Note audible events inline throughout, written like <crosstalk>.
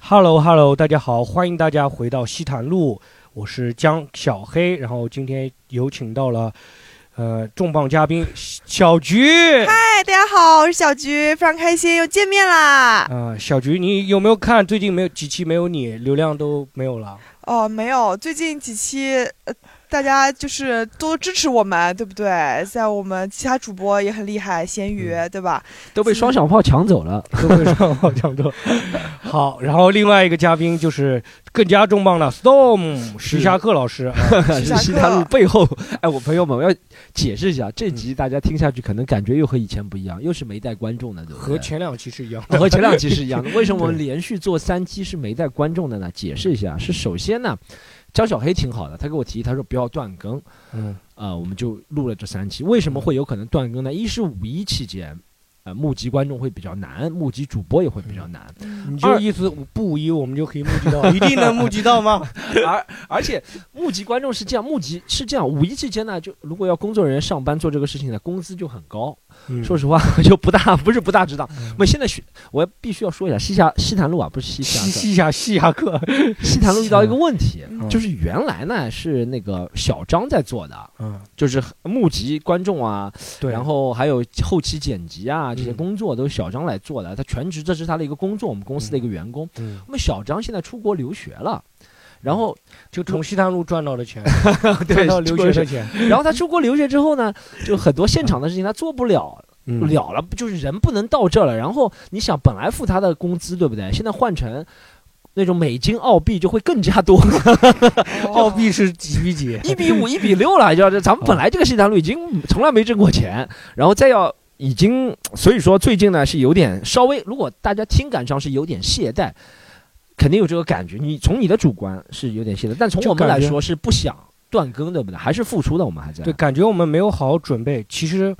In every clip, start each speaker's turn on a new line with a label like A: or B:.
A: Hello Hello，大家好，欢迎大家回到西坛路，我是江小黑，然后今天有请到了呃重磅嘉宾小菊。
B: 嗨，大家好，我是小菊，非常开心又见面啦。
A: 啊、小菊，你有没有看最近没有几期没有你，流量都没有了？
B: 哦，没有，最近几期、呃、大家就是多支持我们，对不对？在我们其他主播也很厉害，咸鱼、对吧？
C: 都被双响炮抢走了。
A: 都会上好讲座。好，然后另外一个嘉宾就是更加重磅的 Storm 徐霞客老师。啊
C: 是西塔路背后，哎，我朋友们，我要解释一下，这集大家听下去可能感觉又和以前不一样，又是没带观众的，对不
A: 和
C: 对？
A: 前两期是一 <laughs> 样的，
C: <laughs> 和前两期是一样的。为什么我们连续做三期是没带观众的呢？解释一下，是首先呢，江小黑挺好的，他给我提议，他说不要断更
A: 嗯
C: 啊、我们就录了这三期。为什么会有可能断更呢？一是五一期间，呃，募集观众会比较难，募集主播也会比较难。
A: 你就意思不五一我们就可以募集 <laughs> 到，一定能募集到吗？
C: <laughs> 而而且募集观众是这样，募集是这样，五一期间呢，就如果要工作人员上班做这个事情呢，工资就很高。说
A: 是
C: 实话， <laughs> 就不大不是不大值当。
A: 嗯
C: 我现在学，我必须要说一下，西夏西坛路啊，不是西
A: 西
C: 峡，
A: 西夏西夏客，
C: 西坛路遇到一个问题，
B: 嗯
C: 就是原来呢是那个小张在做的，
A: 嗯，
C: 就是募集观众啊，
A: 对，
C: 然后还有后期剪辑啊这些
A: 嗯
C: 工作都是小张来做的，他全职这是他的一个工作，我们公司的一个员工。
A: 嗯，
C: 那么小张现在出国留学了，然后
A: 就从西塘路赚到的 <laughs> 钱，赚
C: 对
A: 到留学的钱，
C: <laughs> 然后他出国留学之后呢，就很多现场的事情他做不了
A: 嗯
C: 了了，就是人不能到这了。然后你想，本来付他的工资对不对？现在换成那种美金、澳币就会更加 <laughs> 多，
B: 嗯
A: 澳币是几比几？啊
C: 一比五、一比六了，就是咱们本来这个西单路已经从来没挣过钱，然后再要。已经，所以说最近呢是有点稍微，如果大家听感上是有点懈怠，肯定有这个感觉。你从你的主观是有点懈怠，但从
A: 就
C: 我们
A: 感
C: 来
A: 觉
C: 说是不想断更，对不对？还是付出的，我们还在。
A: 对，感觉我们没有好好准备。其实，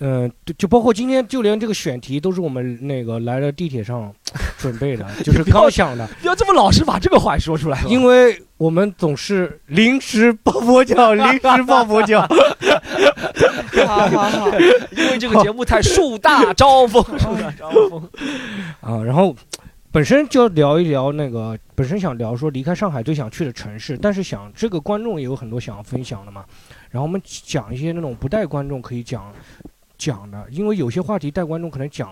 A: 嗯、对就包括今天，就连这个选题都是我们那个来了地铁上准备 <laughs> 的，就是
C: 不要
A: 刚想的，
C: 不要这么老实把这个话说出来吧。
A: 因为我们总是临时抱佛脚， <laughs> 临时抱佛脚。
B: 哦好好好，
C: 因为这个节目太树大招风， <laughs> 树大招 <laughs> 风。
A: 啊，然后本身就聊一聊那个，本身想聊说离开上海最想去的城市，但是想这个观众也有很多想要分享的嘛，然后我们讲一些那种不带观众可以讲讲的，因为有些话题带观众可能讲。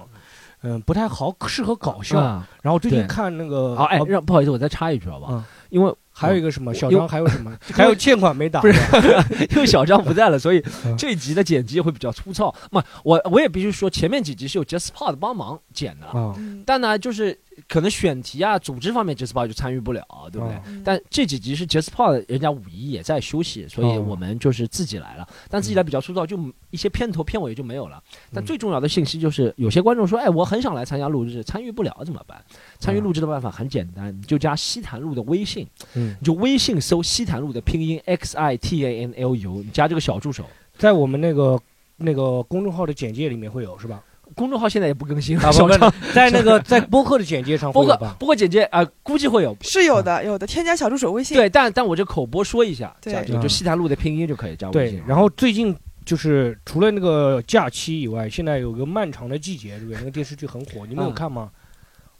A: 嗯，不太好，适合搞笑。
C: 啊，
A: 然后最近
C: 对
A: 看那个，
C: 好，哎
A: 呃，
C: 让不好意思，我再插一句好不
A: 嗯
C: 好？因为
A: 还有一个什么，小
C: 因
A: 张还有什
C: <laughs>
A: 么，还有欠款没打，
C: 不是 <laughs> 因为小张不在了，所以
A: 嗯
C: 这一集的剪辑会比较粗糙。嘛，我我也必须说，前面几集是有 JustPod 帮忙剪的，
A: 啊，
B: 嗯
C: 但呢，就是可能选题啊、组织方面 JustPod 就参与不了， <laughs> 对不对？
A: 啊
B: 嗯
C: 但这几集是 JustPod，人家五一也在休息，所以
A: 哦
C: 我们就是自己来了。但自己来比较粗糙，就一些片头片尾就没有了。但
A: 嗯
C: 最重要的信息就是，有些观众说：“哎，我很想来参加录制，参与不了怎么办？”参与录制的办法很简单，你就加西坛路的微信，
A: 嗯，
C: 你就微信搜西坛路的拼音 x i t a n l u，你加这个小助手。
A: 在我们那个那个公众号的简介里面会有是吧？
C: 公众号现在也不更新了， <laughs>
A: 啊，不
C: 小
A: 不
C: 张，
A: 在那个在播客的简介上会
C: 不
A: 有
C: 过
A: 吧？
C: 不过姐姐啊，估计会有。
B: 是有的，有的，添加小助手微信。
C: 对，但但我这口播说一下，
B: 对
C: 加就
A: 嗯
C: 就西坛路的拼音就可以加微信
A: 对
C: 了。，
A: 然后最近就是除了那个假期以外，现在有个漫长的季节，对不对？那个电视剧很火，你们有
C: 啊
A: 看吗？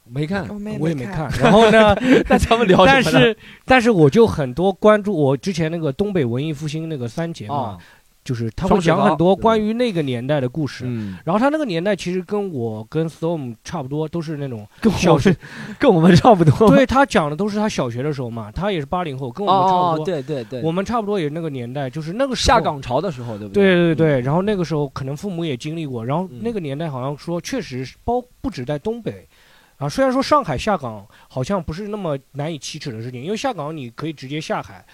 C: 没看，
B: 我们
A: 我也
B: 没
A: 没。看。然后呢，
C: <laughs> 那咱们聊什么
A: 但
C: 呢？
A: 是 <laughs> 但是我就很多关注我之前那个东北文艺复兴那个三杰嘛
C: 啊，，
A: 就是他会
C: 双雪
A: 讲
C: 糕
A: 很多
C: 对
A: 关于那个年代的故事。
C: 嗯，
A: 然后他那个年代其实跟我跟 Storm 差不多，都是那
C: <laughs>
A: 种
C: 跟
A: 小
C: 我
A: 学
C: 们跟我们差不多。
A: 对他讲的都是他小学的时候嘛，他也是八零后，跟我们差
C: 哦
A: 不多。
C: 哦，对对对，
A: 我们差不多也那个年代，就是嗯那个时候
C: 下。岗潮的时候，对不
A: 对对
C: 对
A: 对，然后那个时候可能父母也经历过，然后
C: 嗯
A: 那个年代好像说确实是包不止在东北，啊，虽然说上海下岗好像不是那么难以启齿的事情，因为下岗你可以直接下海，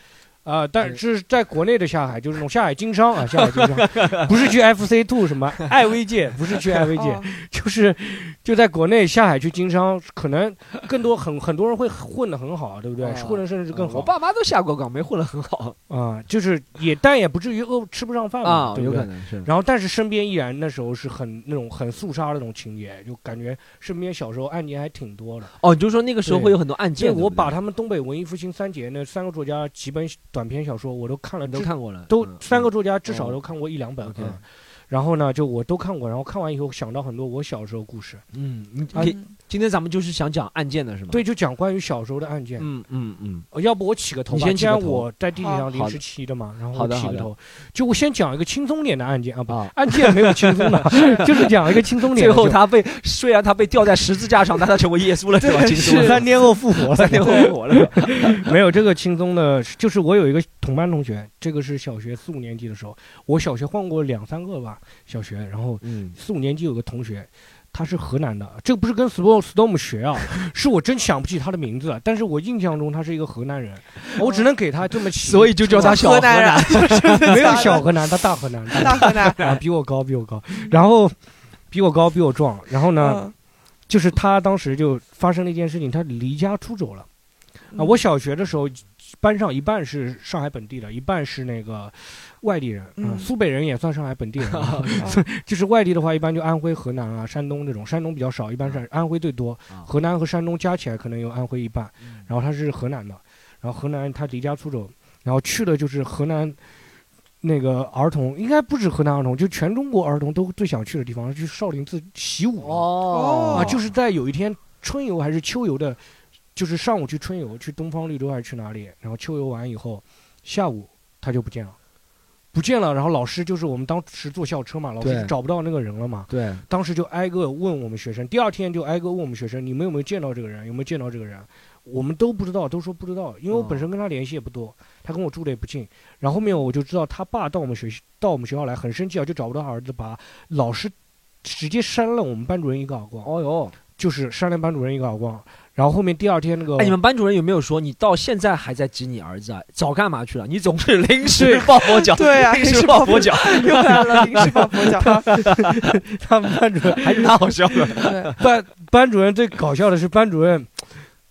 A: 啊、但
C: 嗯
A: 是在国内的下海就是那种下海经商啊，下海经商 <laughs> 不是去 FC Two
C: <laughs>
A: 什么艾薇界，不是去艾薇界，
B: 哦，
A: 就是就在国内下海去经商，可能更多很很多人会混得很好，对不对？
C: 啊
A: 混得甚至
C: 嗯
A: 更好
C: 我爸妈都下过岗，没混得很好
A: 啊、就是也但也不至于饿吃不上饭嘛，
C: 啊，
A: 嗯对
C: 有
A: 不对
C: 可？能是。
A: 然后但是身边依然那时候是很那种很肃杀的那种情节，就感觉身边小时候案件还挺多的。
C: 哦，你就说那个时候
A: 对
C: 会有很多案
A: 所以
C: 件，
A: 我
C: 对不对
A: 把他们东北文艺复兴三杰那三个作家几本短篇小说我都看了
C: 你都
A: 至，
C: 看过了，
A: 都
C: 嗯
A: 三个作家至少
C: 哦
A: 都看过一两本。
C: OK
A: 嗯然后呢，就我都看过，然后看完以后想到很多我小时候故事。
C: 嗯，你
A: 啊
C: 给
B: 嗯
C: 今天咱们就是想讲案件的是吗？
A: 对，，就讲关于小时候的案件。
C: 嗯嗯嗯，
A: 呃要不我起个头吧，
C: 你先起
A: 既
C: 个
A: 然
C: 头
A: 我在地铁上临
C: 好
A: 时起的嘛，然后
C: 好
A: 我
C: 的
A: 起
C: 好
A: 个
C: 的
A: 头，就我先讲一个轻松点的案件啊，不
C: 啊，
A: 案件没有轻
C: <laughs>
A: 松的，就是讲一个轻松点
C: 最
A: 的就。
C: 后他被虽然他被吊在十字架上，但他成为耶稣了是吧？
A: 对
C: 其实
A: 是三天后复活了，
C: 三天后复活了，
A: <laughs> 没有这个轻松的，就是我有一个同班同学，这个是小学四五年级的时候，我小学换过两三个吧，小学，然后
C: 嗯，
A: 四五年级有个同学，他是河南的，这个不是跟 Storm Storm 学啊， <laughs> 是我真想不起他的名字，但是我印象中他是一个河南人，我只能给他这么起，
C: 所以就叫他小河
B: 河南
C: 南
B: 人，
A: 没
B: 没
C: <laughs>
A: 有小河南，他大河南，
B: 大河
A: <laughs>
B: 南。
A: 啊，比我高，比我高，然后比我高，比我壮，然后呢，
B: 嗯
A: 就是他当时就发生了一件事情，他离家出走了。啊，
B: 嗯
A: 我小学的时候，班上一半是上海本地的，一半是那个外地人。嗯，
B: 嗯，
A: 苏北人也算上海本地人 <laughs> 啊
B: 啊
A: 就是外地的话，一般就安徽、河南啊、山东这种，山东比较少，一般是安徽最多
C: 啊，
A: 河南和山东加起来可能有安徽一半。然后他是河南的，然后河南他离家出走，然后去了就是河南。那个儿童应该不止河南儿童，就全中国儿童都最想去的地方，就是少林寺习 <laughs> 武嘛。
C: 哦
A: 啊，就是在有一天春游还是秋游的，就是上午去春游，去东方绿洲还是去哪里，然后秋游完以后，下午他就不见了，不见了。然后老师就是我们当时坐校车嘛，老师
C: 对
A: 就找不到那个人了嘛，
C: 对，
A: 当时就挨个问我们学生，第二天就挨个问我们学生，你们有没有见到这个人？有没有见到这个人？我们都不知道，都说不知道，因为我
C: 哦
A: 本身跟他联系也不多，他跟我住的也不近。然后后面我就知道他爸到我们学习到我们学校来很生气啊，就找不到儿子，把老师直接扇了我们班主任一个耳光。
C: 哦哟，
A: 就是扇了班主任一个耳光，然后后面第二天那个，
C: 哎，你们班主任有没有说你到现在还在挤你儿子啊？早干嘛去了？你总是临时抱佛脚，
B: 对啊
C: <laughs> 临时抱佛脚，
B: 又来了临时抱佛脚。
A: 他们 <laughs> 班主任
C: <laughs> 还是太好笑了。
B: 对，
A: 班班主任最搞笑的是班主任，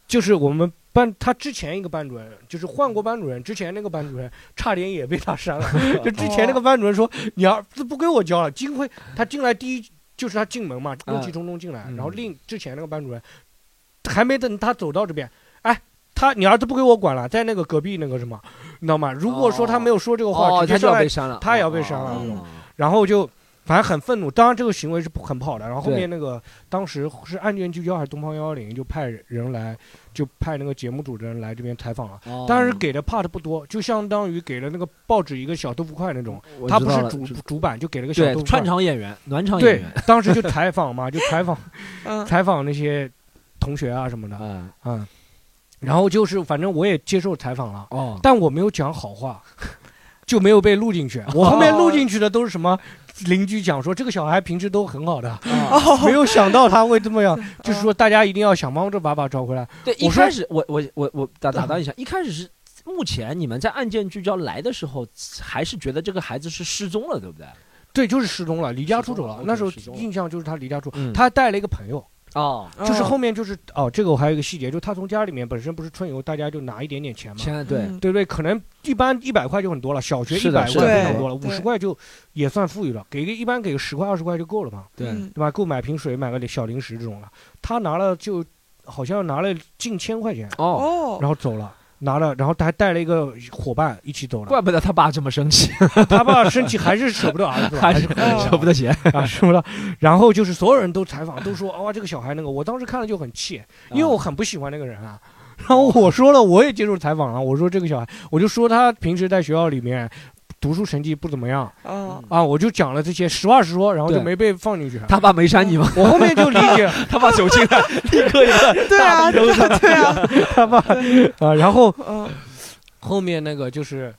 A: 就是我们班他之前一个班主任，就是换过班主任，之前那个班主任差点也被他
C: <laughs>
A: 扇了。 <laughs> 就之前那个班主任说，你儿子不归我教了，金辉他进来第一就是他进门嘛，
C: 嗯
A: 怒气冲冲进来，
C: 嗯
A: 然后另之前那个班主任还没等他走到这边，哎。他，你儿子不归我管了，在那个隔壁那个什么，你知道吗？如果说他没有说这个话，
C: 哦，
A: 直接
C: 他就
A: 上
C: 要
A: 来
C: 被删了，
A: 他也要被删了
C: 哦
B: 嗯
A: 然后就反正很愤怒。当然，这个行为是不很不好的。然后后
C: 对
A: 面那个当时是案件聚焦还是东方幺幺零，就派人来，就派那个节目主持人来这边采访了。
C: 哦
A: 当然是给的 part 不多，就相当于给了那个报纸一个小豆腐块那种，
C: 我
A: 他
C: 知
A: 不
C: 道
A: 是
C: 了
A: 主
C: 知
A: 主板，就给了个小
C: 对
A: 豆腐块
C: 串。场演员、暖场演
A: 对
C: 员，，
A: 当时就采访嘛， <laughs> 就采访
B: 嗯，
A: 采访那些同学啊什么的啊、
C: 嗯
A: 嗯然后就是反正我也接受采访了，
C: 哦，
A: 但我没有讲好话， <laughs> 就没有被录进去。
C: 哦
A: 我后面录进去的都是什么？邻居讲说这个小孩平时都很好的，
C: 哦
A: 没有想到他会这么
C: <laughs>
A: 样。就是说大家一定要想帮着把把找回来。
C: 对，一
A: 我说嗯
C: 开始我我我我打打断一下，一开始是目前你们在案件聚焦来的时候，还是觉得这个孩子是失踪了，对不对？
A: 对，就是失踪了，离家出走了
C: 失踪了。
A: 那时候
C: OK，失踪了
A: 印象就是他离家出走
C: 嗯，
A: 他还带了一个朋友。
C: 哦，
B: 嗯
A: 就是后面就是哦，这个我还有一个细节，就是他从家里面本身不是春游，大家就拿一点点钱嘛。
C: 现在对，
B: 嗯
A: 对对，可能一般一百块就很多了，小学
C: 是
A: 一
C: 的
A: 百
C: 是
A: 块
C: 的
A: 非
B: 对
A: 常多了，五
B: 对
A: 十块就也算富裕了，给个一般给个十块二十块就够了嘛。
C: 对
B: 嗯
A: 对吧？购买瓶水，买个小零食这种的。他拿了就好像拿了近千块钱，
C: 哦，
B: 哦，
A: 然后走了，拿了，然后他还带了一个伙伴一起走了。
C: 怪不得他爸这么生气，
A: 他 <laughs> 爸生气还是舍不得
C: <laughs>
A: 儿子吧，
C: 还是
B: 哦
C: 舍不得钱。
A: 啊舍不得。然后就是所有人都采访，都说哦哇、这个小孩那个，我当时看了就很
C: 啊
A: 气，因为我很不喜欢那个人啊。然后我说了，我也接受采访了，我说这个小孩，我就说他平时在学校里面读书成绩不怎么样
B: 嗯，
A: 啊，我就讲了这些实话实说，然后就
C: 对
A: 没被放进去。
C: 他爸没删你 <laughs> 吗？
A: 我后面就理解，
C: 他爸走进来，立刻一个
B: 对啊，对啊，对啊，
A: 他爸啊，然后
B: 嗯，
A: 后面那个就是，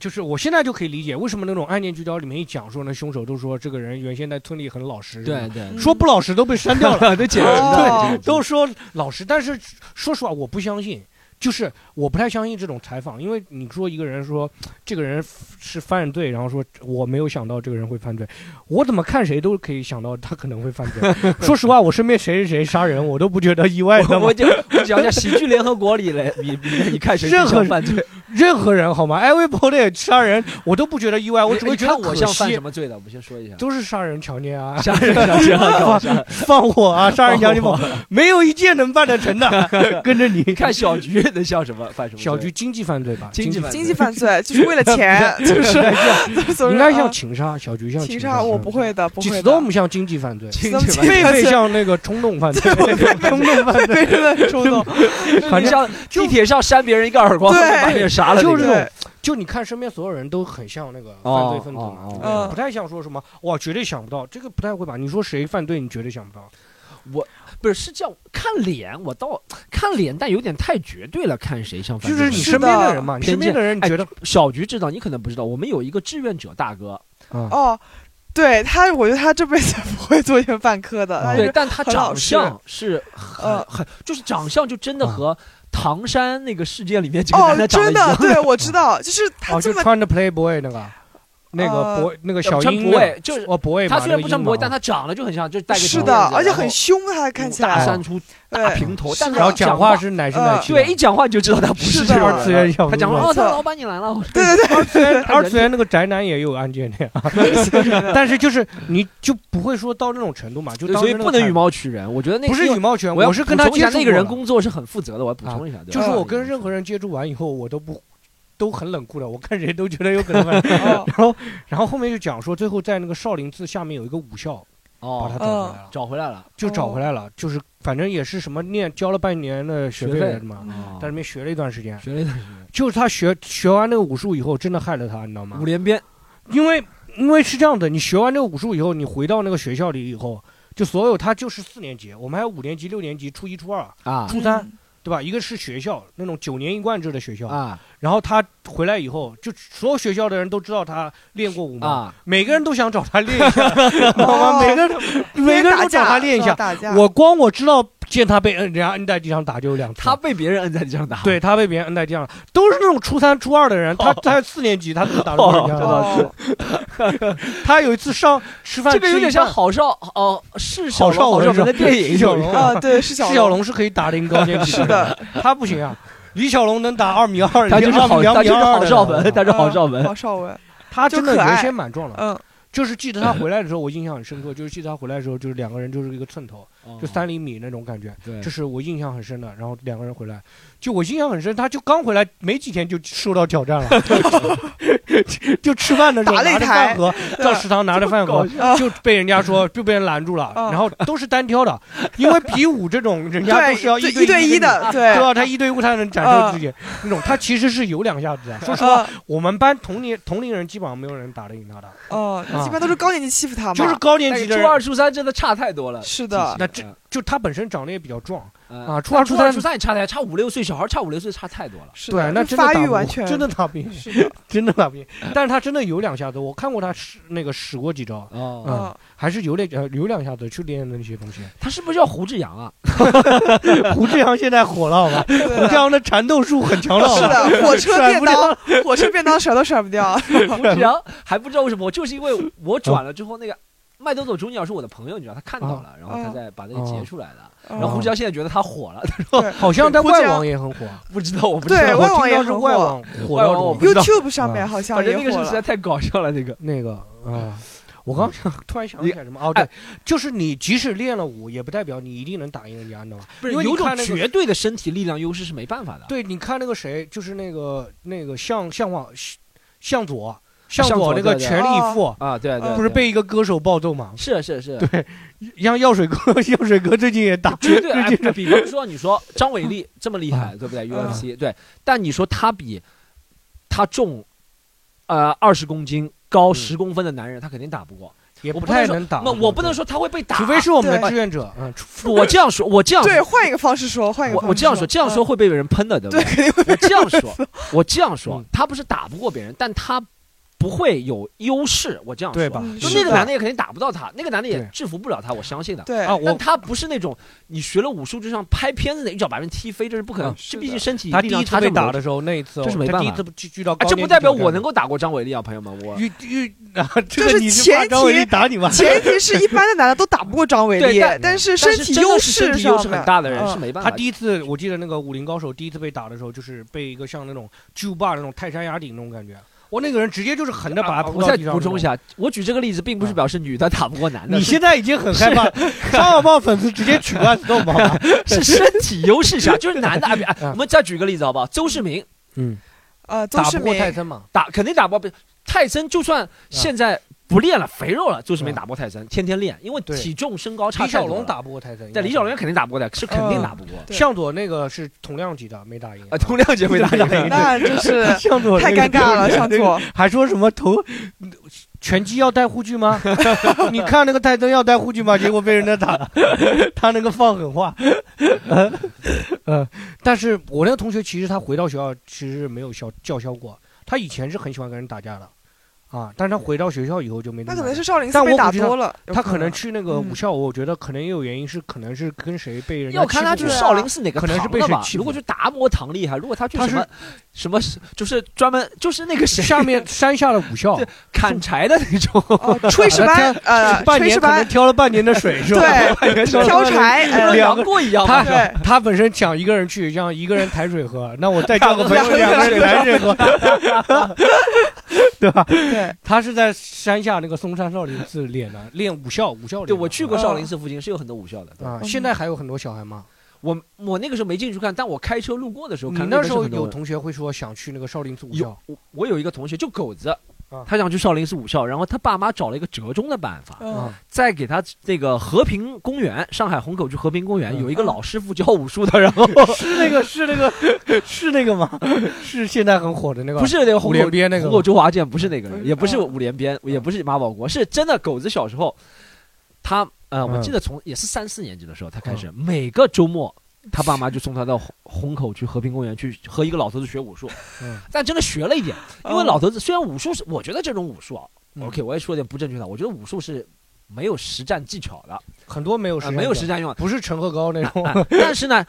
A: 就是我现在就可以理解为什么那种案件聚焦里面一讲说呢，凶手都说这个人原先在村里很老实，
C: 对，对，
A: 说不老实都被删掉
C: <laughs>
A: 了，
C: 都解释
B: 哦
C: 对，
A: 都说老实，但是说实话我不相信。就是我不太相信这种采访，因为你说一个人说这个人是犯罪，然后说我没有想到这个人会犯罪，我怎么看谁都可以想到他可能会犯罪。说实话，我身边谁谁谁杀人，我都不觉得意外的
C: 我
A: 嘛
C: 我。就我只要在喜剧联合国里来，你你你看谁
A: 任何
C: 犯罪，
A: 任何人好吗？Everybody 哎杀人我都不觉得意外，我只会觉得
C: 哎你 <laughs> 看我
A: 可
C: 像犯
A: 惜
C: 什。么罪的？我们先说一下。
A: 都是杀人强奸啊，<laughs>
C: <laughs> 吓人吓人 <laughs> 吓人！
A: 放火啊，杀人强奸放火，没有一件能办得成的。跟着你
C: 你看小菊能像什么犯什么罪？
A: 小菊经济犯罪吧，
C: 经济
A: 济
C: 犯罪
B: 经济犯罪就是
A: <laughs>
B: 为了钱，就是 <laughs> 总
A: 应该
B: 是
A: 像
B: 啊
A: 情杀，小菊像
B: 情
A: 杀，
B: 杀，我不会的，不会的。 <laughs>
A: ，storm 像经济犯罪，
C: 经济犯
B: 经济
C: 罪。
A: 狒
B: 犯罪
A: 狒像那个冲动犯罪， <laughs> 冲动犯罪
B: 非常的
A: <laughs>
B: 冲动，
A: 反正
C: 你像地铁上扇别人一个耳光，
B: 对
C: 把别人杀了那
A: 就
C: 个，
A: 是
B: 对，
A: 就你看身边所有人都很像那个犯罪分子嘛
C: 哦哦，
A: 对
B: 哦
A: 不太像说什么哇，绝对想不到，这个不太会吧？你说谁犯罪，你绝对想不到。
C: 不是是叫看脸，我倒看脸，但有点太绝对了，看谁像犯
A: 就
C: 罪
A: 是
C: 分
A: 你
C: 子。
A: 身边的人嘛，
C: 是
A: 你
C: 的
A: 身边的人，你
C: 偏
A: 觉
C: 见
A: 得
C: 小菊知道，你可能不知道，我们有一个志愿者大哥，
A: 啊，
B: 哦，对他，我觉得他这辈子不会做一个犯科的。
A: 哦
B: 他就
C: 对，
B: 是
C: 但他
B: 很
C: 长
B: 老实
C: 相是很、
B: 呃
C: 很，就是长相就真的
A: 啊
C: 和唐山那个事件里面几个男
B: 哦，
C: 的长得
B: 真
C: 一样
B: 的，。
A: <laughs>
B: 对我知道，就是他
A: 哦，
B: 这
A: 就
B: 么
A: 穿着 Playboy 那个，那个
B: 呃
A: 博那个
C: 呃
A: 小
C: 穿
A: 鹰
C: 不
A: 的
C: 会，，就是
A: 哦，博
C: 他虽然不穿
A: 博
C: 博但他长得就很像，就戴个
B: 是
C: 小
B: 的
C: 辫，子
B: 而且
C: 然后
B: 很凶，他看起
C: 大
A: 哦
B: 来
C: 山猪、大平头，
B: 是
C: 但
B: 的
C: 他
A: 然后
C: 讲呃
A: 讲话是奶声奶气的，
C: 对一讲话你就知道他不
B: 是
C: 这
B: 的
C: 种
A: 二次
C: 人。
A: 元小
C: 他讲
A: 说
C: 话，
B: 没
C: 哦，
B: 错
C: 他老板你来了，我
B: 对
A: 二
B: 对对，
A: 次元
C: 他人
A: 二次元那个宅男也有案件的呀，啊
C: <laughs>
A: <laughs> 但是就是你就不会说到那种程度嘛，就当
C: 所以
A: 时那个
C: 不能
A: 态
C: 以
A: 度
C: 貌取人。我觉得那个
A: 不是
C: 因为
A: 羽毛拳，
C: 我要
A: 我是跟他
C: 补充一
A: 接
C: 下
A: 触
C: 那个人啊
A: 过的
C: 工作是很负责的，我要补充一下。对吧
A: 就是我跟任何人接触完以后，我都不都很冷酷的，我看谁都觉得有可能犯罪。
B: 哦
A: <laughs> 然后，然后后面就讲说，最后在那个少林寺下面有一个武校，把他
C: 哦，
A: 找回来了，
C: 找回来了，
A: 就找回来了。就是反正也是什么念交了半年的学
C: 学费
A: 来的嘛，
C: 哦
A: 在里面学了一段时间。
C: 学了一段
A: 就是他学学完那个武术以后，真的害了他，你知道吗
C: 五？连鞭，
A: 因为因为是这样的，你学完这个武术以后，你回到那个学校里以后，就所有他就是四年级，我们还有五年级、六年级、初一、初二，
C: 啊
A: 初三
B: 嗯
A: 对吧？一个是学校那种九年一贯制的学校，
C: 啊
A: 然后他回来以后，就所有学校的人都知道他练过武嘛，
C: 啊！
A: 每个人都想找他练一下，
B: 嗯，
A: 好吗？
B: 哦
A: 每个人每个人都找他练一
B: 是吧
A: 下。
B: 打
C: 啊
B: 架，
A: 我光我知道见他被摁，人家摁在地上打就有两次。
C: 他被别人摁在地上打，
A: 对他被别人摁在地上，都是那种初三、初二的人，他
C: 哦
A: 才四年级，他怎么打得过人家
C: 知
A: 呢？
C: 道
B: 哦
A: 他有一次上吃饭，
C: 这个有点像郝邵哦，是郝邵郝
A: 郝邵
C: 邵文
A: 文是
C: 的
A: 吧
C: 电影
A: 是小龙
C: 有一个
B: 啊，对，是
A: 释
B: 小
A: 小，龙是可以打得赢高年级
B: 是，的，
A: <laughs> 他不行啊。李小龙能打二米二，
C: 他就是
A: 两
C: 郝
A: 米两
C: 他
A: 米
C: 就是
A: 二
C: 郝
A: 的
C: 邵文，他是郝邵
B: 嗯
C: 文，
B: 郝邵文，
A: 他真的
B: 就可爱
A: 原先蛮壮的，
B: 嗯，
A: 就是记得他回来的时候，我印象很深刻，就是记得他回来的时候，就是两个人就是一个寸头，就三厘米那种感觉，
C: 对
A: 这是我印象很深的。然后两个人回来，就我印象很深，他就刚回来没几天就受到挑
B: <laughs>
A: 战了，就就吃饭的时候
B: 打擂
A: 拿着
B: 台
A: 饭盒到食堂拿着饭盒
C: 搞。
B: 啊
A: 就被人家说，就被人拦住了，
B: 嗯
A: 然后都是单挑的，因为比武这种人家都
B: 对，
A: 是要
B: 对
A: 一
B: 对
A: 一的你，
B: 一的，对
A: 对，吧？他一对五他能展示自己那种，他其实是有两下子的。说实话，
B: 嗯
A: 我们班同龄同龄人基本上没有人打得赢他的，
B: 哦，一般都是高年级欺负他嘛，
A: 啊就是高年
C: 但
A: 级
C: 是
A: 的
C: 初
A: 人
C: 二初三真的差太多了，
B: 是的
A: 那这就他本身长得也比较壮
C: 啊
B: 嗯
A: 啊，初二
C: 初
A: 初
C: 二
A: 三
C: 初三也差太差五六岁，小孩差五六岁差太多了。
B: 是
A: 对，
B: 的，
A: 那
B: 就
A: 真的
B: 发
A: 打
B: 育
A: 不
B: 完
A: 过
B: 全
A: 真的打不赢，
B: 是的，
A: <laughs> 真的打不赢。但是他真的有两下子，我看过他使那个使过几招，
C: 哦，
B: 嗯，
A: 还是有点呃有两下子去练那些东西。
C: 他是不是叫胡志阳啊？
A: <laughs> 胡志阳现在火了，好 <laughs> 吧？
B: 对
A: 胡志
B: 的。
A: 阳的缠斗术很强的，好
B: 是
A: <laughs> 吧？
B: 的，火车
A: 甩
B: 便
A: 不掉
B: 当，火车便当甩都甩
A: <laughs>
B: 不掉。
C: 胡志阳还不知道为什么，就是因为我转了之后，那个麦兜兜中鸟是我的朋友，你知道，他看到了，然后
B: 哦
C: 他再把那个截出来的。
B: 然
C: 然后胡志
B: 阳
C: 阳现在觉得他火了， <laughs> 他
A: 好像在
B: 胡志
A: 外
B: 阳
A: 网也很 <laughs> 火，
C: 不知道，我不知
B: 对
C: 道。
A: 我
B: 外网
A: 听
B: 也
A: 到是
B: 很
A: 外
B: 火
A: 网火
C: 外
A: 到
C: 网
A: 这种
C: 我
A: 地
C: 不
A: 步
C: 知道
B: YouTube 上
A: 嗯
B: 面好像
C: 反正
B: 也
C: 那个
B: 火
C: 是实在
B: 了。
C: 太搞笑了，那个
A: 那个啊，我刚想突然想起来什么哦，
C: 哎
A: 对，就是你即使练了武，也不代表你一定能打赢人家，你知道吗？
C: 不
A: 因为
C: 有
A: 你
C: 种
A: 看那个
C: 绝对的身体力量优势是没办法的。
A: 对，你看那个谁，就是那个那个向向往向左向
C: 向左
A: 左那个
C: 对对
A: 全力以赴，
C: 啊，对
B: 呃
C: 对，
A: 不是被一个歌手暴揍吗？
C: 是是是，
A: 像药水哥， <laughs> 药水哥最近也打，
C: 绝对。
B: <laughs>
C: 哎比方说，你说张伟丽这么厉
A: 啊
C: 害，对不对？UFC 对，但你说他比他重呃二十公斤高
A: 嗯
C: 十公分的男人，他肯定打不过。
A: 也
C: 我
A: 不
C: 不能
A: 太
C: 说
A: 能打。
C: 那我不能，说他会被打，
A: 除非是我们的
B: 对
A: 志愿者，嗯，除
C: 我这样说，我这样
B: 对，换一个方式说，换一个
C: 我
B: 方式
C: 我这样说，这样说
B: 嗯
C: 会被人喷的，对不
B: 对，
C: 对？
B: 肯定会
C: 我这样说，我这样说
A: 嗯，
C: 他不是打不过别人，但他不会有优势，我这样说
A: 对吧
B: 嗯？
C: 就是那个
A: 的
C: 男的也肯定打不到他，那个男的也
A: 对
C: 制服不了他，我相信的。
B: 对
A: 啊，，
C: 但
A: 我
C: 他不是那种你学了武术就像拍片子的，一脚把人踢飞，这是不可能。
A: 嗯
C: 这毕竟身体
A: 他
C: 力
A: 第
C: 量
A: 一
C: 差
A: 次
C: 这
A: 被
C: 么
A: 打
C: 多
A: 的时候，那一次
C: 这是没
A: 他
C: 办
A: 第一
C: 法
A: 次去去到
C: 哎，
A: 高
C: 这
A: 年
C: 不
A: 级
C: 代表
A: 就这
C: 我
A: 样
C: 能够打过张伟丽啊，朋友们，我
A: 遇遇啊，这
B: 就
A: 个
B: 是
A: 你
B: 前
A: 怕张伟
B: 提
A: 丽打你吗？
B: <laughs> 前提是一般的男的都打不过张伟
C: 对
B: 丽
C: 但，
B: 但是
C: 但
B: 身
C: 是
B: 体
C: 真的
B: 优
C: 是身
B: 势
C: 体优
B: 上
C: 势
B: 面
C: 很大的人
B: 嗯
C: 是没办
A: 他
C: 法。
A: 第一次我记得那个武林高手第一次被打的时候，就是被一个像那种巨无霸那种泰山压顶那种感觉，我那个人直接就是横着把他
C: 啊
A: 扑
C: 我
A: 到
C: 再
A: 地上。
C: 补充一，下，我举这个例子并不是
A: 啊
C: 表示女的打不过男的，
A: 你现在已经很害怕，张小胖粉丝直接取关 stop <laughs> 好吧？
C: 是是身体优势下，就是男
A: <laughs>
C: 的。哎哎
A: 嗯
C: 我们再举个例子好不好？周世明
A: 嗯，
B: 呃，邹
A: 打
B: 市
A: 不过
B: 明
A: 泰森嘛，
C: 打肯定打不过泰森，就
A: 嗯
C: 算现在不练了，肥肉了，周世明打不过泰森，天天练，因为
A: 对
C: 体重身高差
A: 李
C: 太
A: 小
C: 多
A: 龙
C: 了。
A: 打不过泰森，
C: 但李小龙肯定打不过的，是肯定
A: 嗯
C: 打不过。
B: 对
A: 向佐那个是同量级的，没打赢
C: 啊，同量级会打
A: 对
C: 赢
A: 对。
B: 那真
C: <laughs>
B: 是
A: <laughs> 向佐
B: 太
A: 那个
B: 尴尬了，
A: 就是
B: 向佐。
A: 还说什么头拳击要带护具吗？你看那个泰森要带护具吗？结果被人家打了， <laughs> 他那个放狠话， <laughs> 呃呃，但是我那个同学其实他回到学校其实是没有叫叫嚣过，他以前是很喜欢跟人打架的，啊，但是他回到学校以后就没
B: 那
A: 么
B: 可能
A: 打
B: 是少林寺
A: 但
B: 被
A: 我
B: 打
A: 估计他
B: 多
C: <laughs>
B: 了，有
A: 他可能去那个
B: 嗯
A: 武校，我觉得可能也有原因是可能是跟谁被人家
C: 要看他
A: 欺
C: 去
A: 负过
B: 对啊
C: 少林寺哪个
A: 可能是被
C: 堂了
A: 谁
C: 吧
A: 欺负
C: 如果去达摩堂厉害，如果他去
A: 他
C: 什
A: 是
C: 么什么，就是专门就是那个谁
A: 下面山下的武校
C: 对。砍柴的那种，
B: 哦，炊事班，
C: <laughs>
B: 呃，
A: 半
B: 炊
A: 年
B: 事
A: 可能
B: 班，
A: 挑了半年的水是吧？
B: 对
A: <laughs> 半年了
B: 挑
A: 半年
B: 柴，
C: 跟
B: 呃
A: 哎两
C: 杨
A: 个
C: 过一样嘛。
A: 他
B: 对
A: 他本身想一个人去，让一个人抬水喝，那我再叫个朋
C: 两
A: 友
C: 个人
A: 两个人抬水喝，对吧？
C: <laughs> 啊
B: 对，
A: 他是在山下那个嵩山少林寺练的，练武校，武校练的。
C: 对，我去过少林寺附近是有很多武校的。对
A: 啊，
B: 嗯
A: 现在还有很多小孩吗？
C: 我我那个时候没进去看，但我开车路过的时候
A: 你
C: 看。
A: 那
C: 边
A: 时
C: 是
A: 候
C: 很多
A: 有
C: 人
A: 同学会说想去那个少林寺武
C: 有
A: 校，
C: 我我有一个同学就狗子
A: 啊，
C: 他想去少林寺武校，然后他爸妈找了一个折中的办法，
B: 嗯
A: 啊，
C: 在给他那个和平公园，上海虹口区和平公园
A: 嗯
C: 有一个老师傅教武术的，然后
A: 是那个是那个 <laughs> 是那个吗？是现在很火的那个？
C: 不是那个
A: 五
C: 虹口
A: 连鞭那个
C: 红
A: 吗
C: 口？周华健不是那个
B: 不
C: 人，
B: 是
C: 也不是
B: 嗯
C: 五连鞭，也不是马保国，是真的狗子小时候，他呃，我
A: 嗯
C: 记得从也是三四年级的时候，他开始每个周末。他爸妈就送他到虹虹口去和平公园去和一个老头子学武术，
A: 嗯
C: 但真的学了一点。因为老头子虽然武术是，我觉得这种武术啊、
A: 嗯
C: o k 我也说点不正确的，我觉得武术是没有实战技巧的，
A: 很多没有
C: 啊
A: 时，
C: 没有实，
A: <laughs>
C: 战用的。
A: 不是陈鹤高那种。
C: 啊但是呢，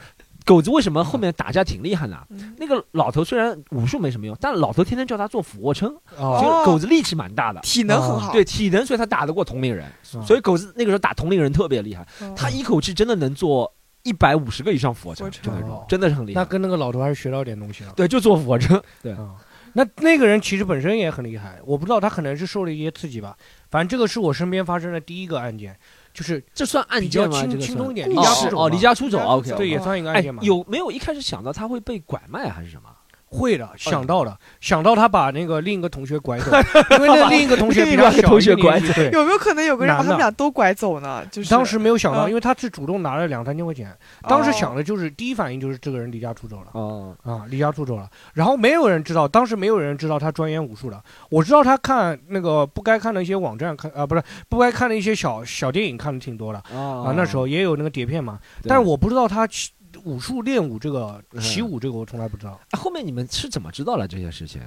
C: 狗子为什么后面打架挺厉害呢？
B: 嗯
C: 那个老头虽然武术没什么用，但老头天天叫他做俯卧撑，
A: 哦
C: 就
B: 哦
C: 狗子力气蛮大的，
B: 体能很好，
C: 啊对体能，所以他打得过同龄人，
A: 嗯
C: 所以狗子那个时候打同龄人特别厉害，
B: 嗯，
C: 他一口气真的能做一百五十个以上俯卧撑，
B: 俯卧
C: 真
B: 撑
C: 的是
A: 哦
C: 真的是很厉
A: 那
C: 害。
A: 跟那个老头还是学到点东西了。
C: 对，就做俯卧撑，对，
A: 啊、那那个人其实本身也很厉害，我不知道他可能是受了一些刺激吧。反正这个是我身边发生的第一个案件，就是
C: 这算案
A: 比
C: 件
A: 较
C: 吗？
A: 轻
C: 这个
A: 轻
C: 算
A: 松一点，
B: 故
A: 离家
B: 事
A: 出
C: 哦
A: 走嘛。
C: 哦，离家出走
B: 离家出
C: ，OK，
B: 走
A: 对也
B: 哦
A: 算一个
C: 哎
A: 案件嘛。，
C: 有没有一开始想到他会被拐卖还是什么？
A: 会
C: 哦
A: 的，想到了，想到他把那个另一个同学拐
C: <laughs>
A: 走，因为那另一个同学比
C: 另
A: 他
C: 一个
A: 小
C: 同
A: 一
C: 学
A: 个
C: 拐
A: 年纪。对，
B: 有没有可能有个人把
A: 男
B: 他们
A: 的
B: 俩都拐走呢？就是
A: 当时没有想到，
B: 嗯
A: 因为他是主动拿了两三千块钱，当时
B: 哦
A: 想的就是第一反应就是这个人离家出走了。
C: 哦，
A: 啊，离家出走了。然后没有人知道，当时没有人知道他钻研武术的。我知道他看那个不该看的一些网站看，啊、不是不该看的一些小小电影看的挺多的
C: 啊
A: 啊。那时候，也有那个碟片嘛，
C: 对
A: 但是我不知道他起武术练武这个
C: 嗯
A: 习武这个我从来不知道，
C: 哎后面你们是怎么知道了这些事情？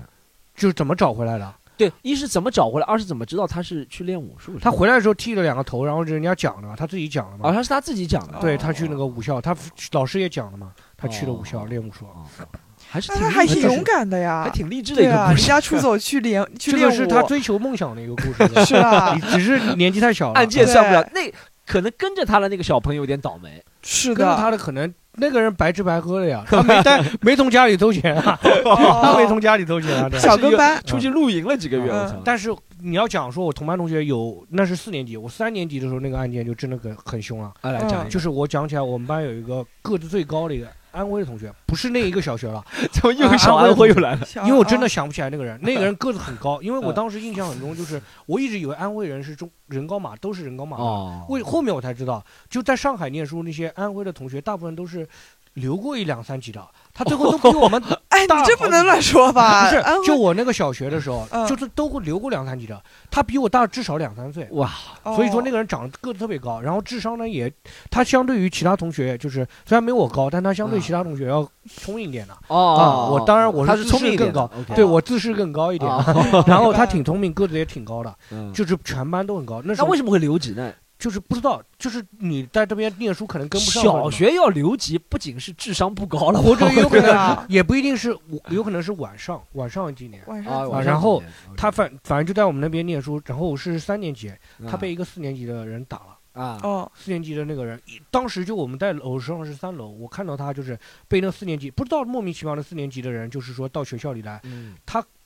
A: 就是怎么找回来的。
C: 对，一是怎么找回来，二是怎么知道他是去练武术的？
A: 他回来的时候剃了两个头，然后人家讲了，他自己讲了
C: 哦，
A: 嘛。
C: 他是他自己讲的，
A: 对
B: 哦
A: 他去那个武校，他老师也讲了嘛，他去了武
C: 哦
A: 校练武术。
C: 哦，还是
B: 那
C: 挺
B: 哎他还挺
C: 励志的
B: 勇，敢的呀，
C: 还挺励志的一
B: 对
C: 个
B: 啊，
C: 故
B: 离
C: 事。
B: 家出走去练
A: <laughs>
B: 去
A: 这
B: 练
A: 个
B: 武，
A: 是他追求梦想的一个故事
B: <laughs> ，是
A: <laughs>
B: 啊
A: 你，只是年纪太小了。啊
C: 案件算不了，那可能跟着他的那个小朋友有点倒霉，
B: 是
A: 跟着
B: 的，
A: 他的可能那个人白吃白喝的
B: <laughs>
A: 呀，他没带没从家里偷钱啊，他没
B: 哦
A: 从家里偷钱啊。对
B: 小跟
A: <laughs>
B: 班，
C: 出去露营了几个月，
B: 嗯
C: 我操！
A: 但是你要讲说，我同班同学有，那是四年级，我三年级的时候那个案件就真的很很凶了。
C: 啊来
B: 嗯
C: 讲一
A: 就
C: 讲，
A: 是我讲起来，我们班有一个个子最高的一个安徽的同学，不是那一个小学了，
C: 怎么又小安徽又来了？
B: 小
A: 因为我真的
B: <laughs> 哦
A: 想不起来那个人，那个人个子很
B: <laughs>
A: 高，因为我
C: 嗯
A: 当时印象很中，就是我一直以为安徽人是中人高马，都是人高马大。
C: 哦
A: 为后面我才知道，就在上海
B: <laughs>
A: 念书那些安徽的同学，大部分都是留过一两三级的，他最后都比我们
B: 哎哎，你
A: 大
B: 这
A: 好
B: 不
A: 几
B: 能乱说吧？
A: 不是
B: 安，徽
A: 就我那个小学的时候，
B: 嗯
A: 就是都会留过两三级的，他比我大至少两三岁，
C: 哇，
A: 所以说那
B: 个
A: 个人长得个子特别高，然后智商呢也，他相对于其他同学就是虽然没我高，但他相对
C: 啊
A: 其他同学要聪明一点的，
C: 哦
A: 啊，我当然我是
C: 他是聪明一点
A: 自
C: 的
A: 视
C: ，OK，
A: 对我自视更高一点。
C: 啊
A: <laughs>
B: <laughs>
A: 然后他挺聪明，个子也挺高的，
C: 嗯
A: 就是全班都很高。那时
C: 那
A: 候
C: 为什么会留级呢？
A: 就是不知道，就是你在这边念书可能跟不上或者
C: 小
A: 什么，
C: 学要留级，不仅是智商不高了，
A: 或者有可
B: 对
A: 能
B: 啊
A: 也不一定是，有可能是晚上晚上几年，
B: 晚
C: 啊
B: 上，
A: 啊然后他反反正就在我们那边念书，然后我是三年级，
C: 嗯
A: 他被一个四年级的人打了。
C: 啊
B: 哦，
A: 四年级的那个人，一当时就我们在楼上是三楼，我看到他就是被那四年级不知道莫名其妙的四年级的人，就是说到学校里来。
C: 嗯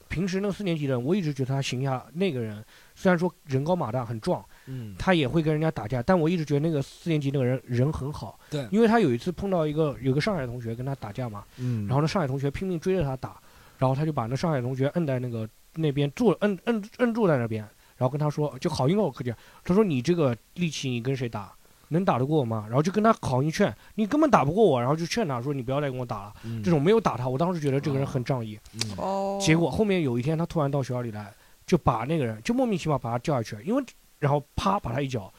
A: 平时那四年级的人，我一直觉得他形象那个人虽然说人高马大很壮，
C: 嗯
A: 他也会跟人家打架，但我一直觉得那个四年级那个人人很好。
C: 对
A: 因为他有一次碰到一个有个上海同学跟他打架嘛，
C: 嗯
A: 然后那上海同学拼命追着他打，然后他就把那上海同学摁在那个那边坐摁摁摁住在那边，然后跟他说就好心跟我客气，他说你这个力气你跟谁打？能打得过我吗？然后就跟他好心劝，你根本打不过我，然后就劝他说你不要再跟我打了。
C: 嗯
A: 这种没有打他，我当时觉得这个人很仗义。
B: 哦，
A: 结果后面有一天他突然到学校里来，就把那个人就莫名其妙把他叫下去，因为然后啪把他一脚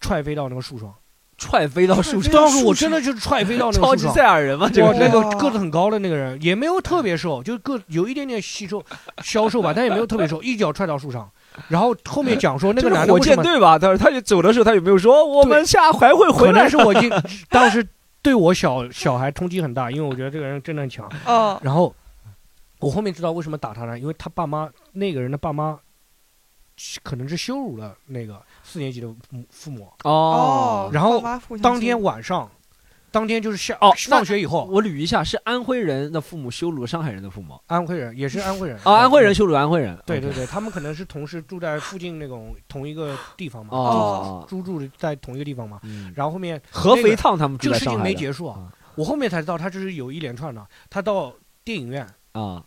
A: 踹飞到那个树上，
C: 踹飞到树上，
A: 当时我真的就是踹飞到那
C: 超
A: 个
C: 级
A: 树上
C: 赛。亚人嘛，这
A: 我
C: 个
A: 那
C: 是
A: 个
B: 哇
A: 个子很高的那个人也没有特别瘦，就是个有一点点细瘦、消瘦吧，但也没有特别瘦，一脚踹到树上。然后后面讲说那个
C: 这是
A: 男的
C: 火
A: 为什
C: 箭
A: 么，
C: 队吧？他说他就走的时候，他有没有说我们下还会
A: 可
C: 回
A: 能
C: 来？
A: 是我进当时对我小小孩冲击很大，因为我觉得这个人真的很强。
B: 哦，
A: 然后我后面知道为什么打他呢？因为他爸妈那个人的爸妈可能是羞辱了那个四年级的母父母。
B: 哦，
A: 然后
B: 爸妈互相
A: 当
B: 亲
A: 天晚上，当天就是下
C: 哦那
A: 放学以后，
C: 我捋一下，是安徽人的父母羞辱了上海人的父母
A: 安徽人也是安徽人
C: 啊，安徽人。羞辱安徽人，
A: 对对对，他们可能是同时住在附近那种同一个地方嘛，
C: 哦，
A: 租住在同一个地方嘛。
C: 嗯
A: 然后后面
C: 合
A: 那
C: 肥
A: 个
C: 烫他们
A: 这个
C: 住在
A: 事情
C: 上
A: 没
C: 海的
A: 结束啊
C: 啊，
A: 我后面才知道他这是有一连串的，他到电影院。
C: 啊，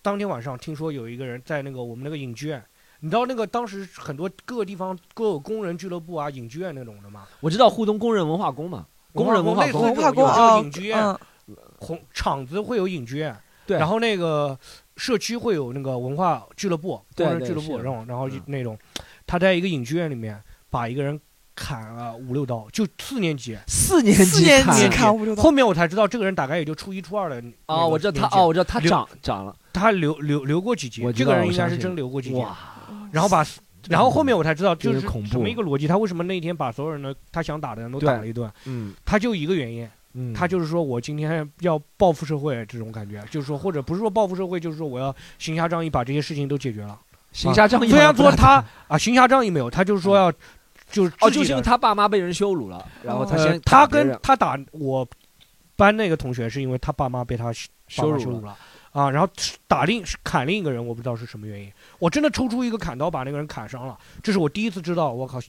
A: 当天晚上听说有一个人在那个我们那个影剧院，你知道那个当时很多各个地方各有工人俱乐部啊、影剧院那种的嘛，
C: 我知道沪东工人文化宫嘛，工人文化
A: 类似
C: 宫
A: 这
B: 文
A: 种
B: 化宫
A: 有
B: 啊，
A: 叫
B: 哦
A: 影剧院，
B: 嗯，
A: 红厂子会有影剧院，
C: 对
A: 然后那个社区会有那个文化俱乐部、
C: 对
A: 工人
C: 对
A: 俱乐部，
C: 是
A: 然后然后
C: 嗯
A: 那种他在一个影剧院里面把一个人砍了五六刀，就四年级。
C: 四年级
B: 四年级
C: 看
B: 砍五六刀
A: 后，面我才知道，这个人大概也就初一、初二的那
C: 啊，
A: 个
C: 我知道他
A: 年纪
C: 哦，，我知道他
A: 留
C: 长长了，
A: 他留留留过几级
C: 我，知
A: 这个
C: 道
A: 人应
C: 我
A: 该
C: 相
A: 是
C: 信
A: 真留过几级。
C: 哇，
B: 哦
A: 然后把，然后后面我才知道，
C: 这
A: 就是是
C: 恐怖
A: 什么一个逻辑？他为什么那一天把所有人的他想打的人都打了一顿？
C: 嗯
A: 他就一个原因，
C: 嗯，
A: 他就是说我今天要报复社会这种感觉，就是说或者不是说报复社会，就是说我要行侠仗义把这些事情都解决了。
C: 行侠仗义嘛，
A: 虽然说
C: 不然
A: 他啊行侠仗义没有，他就是说要就是
C: 哦，
A: 自己
C: 就是因为
A: 的
C: 他爸妈被人羞辱了，然后他
A: 呃
C: 先
A: 他
C: 打别
A: 跟
C: 人
A: 他打我班那个同学是因为他爸妈被他
C: 羞
A: 辱羞
C: 辱了，
A: 了啊，然后打另砍另一个人，我不知道是什么原因，我真的抽出一个砍刀把那个人砍伤了，这是我第一次知道，我靠，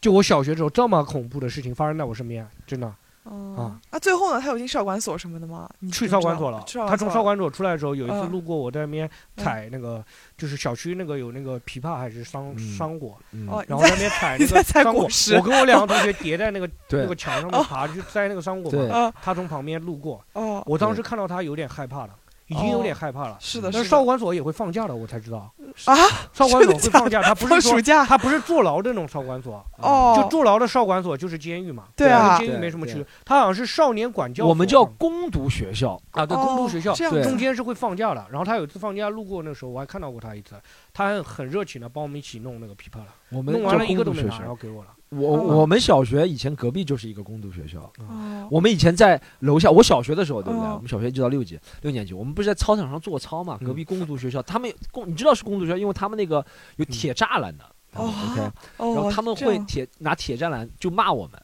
A: 就我小学时候这么恐怖的事情发生在我身边，真的
B: 嗯
A: 啊，嗯
B: 那最后呢，他有进少管所什么的吗？你
A: 去
B: 知
A: 少
B: 道
A: 管所了。
B: 去少
A: 他从
B: 所
A: 少管所出来的时候，有一次
B: 嗯
A: 路过我在那边
B: 嗯
A: 采那个，就是小区那个有那个枇杷还是桑
C: 嗯
A: 桑果，
C: 嗯
B: 哦，
A: <laughs> 然后
B: 你
A: 在
B: 在
A: 那边采
B: 你
A: 那个
B: 在采
A: 桑果
B: 果实，哦
A: 我跟我两个同学叠在那个那
C: 对
A: 个墙上面爬，去摘那个桑果嘛
C: 对。
B: 啊
A: 他从旁边路过，
B: 哦，
A: 我当时看到他有点害怕了，已经有点害怕了。
B: 是的，
A: 但是
B: 是
A: 少
B: 的
A: 管所也会放假的，我才知道
B: 啊，
A: 少管所
B: 真的
A: 会
B: 假
A: 放假，
B: 的
A: 他不
B: 放
A: 是
B: 暑
A: 说
B: 假
A: 他不是坐牢的那种少管所，
B: 哦，
A: 就坐牢的少管所就是监狱嘛，
B: 对啊
A: 跟监狱没什么
C: 对
A: 区别，他好像是少年管教所，
C: 我们叫攻读学校，
A: 啊，对，
B: 哦
A: 公读学校
B: 这样
C: 对
A: 中
B: 子
A: 间是会放假的，然后他有一次放假路过那时候，我还看到过他一次，他还很热情的帮我们一起弄那个琵琶了，
C: 我们
A: 弄完
C: 叫
A: 了一个都没
C: 攻读学
A: 拿，然
C: 校。
A: 后给我了，
C: 我
B: 嗯
C: 我们小学以前隔壁就是一个攻读学校，
B: 哦
C: 我们以前在楼下，我小学的时候，对不对？
B: 嗯
C: 我们小学一直到六级，六年级，我们不是在操场上做操嘛？
A: 嗯
C: 隔壁工读学校，他们工，你知道是工读学校，因为他们那个有铁栅栏的。
B: 哦
C: OK，
B: 哦，
C: 然后他们
B: 这
C: 会
B: 样
C: 铁拿铁栅栏就骂我们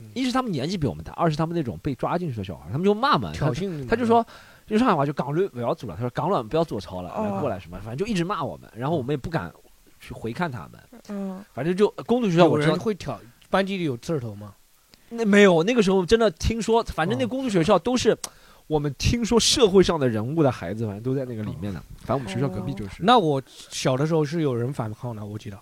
A: 嗯，
C: 一是他们年纪比我们大，二是他们那种被抓进去的小孩，他们就骂我们，
A: 挑衅你们
C: 啊他就说，用上海话就港卵不要做了，他说港卵不要做操了，
B: 嗯哦
C: 然后过来什么，反正就一直骂我们，然后我们也不敢去回看他们，
B: 嗯，
C: 反正就工读学校
A: 有
C: 我知道
A: 人会挑，班级里有刺儿头吗？
C: 那没有，那个时候真的听说，反正那
A: 哦
C: 公立学校都是我们听说社会上的人物的孩子，
A: 嗯
C: 反
A: 哦
C: 正都在那个里面的。反正我们学校隔壁就是。
A: 那我小的时候是有人反抗的，我记得。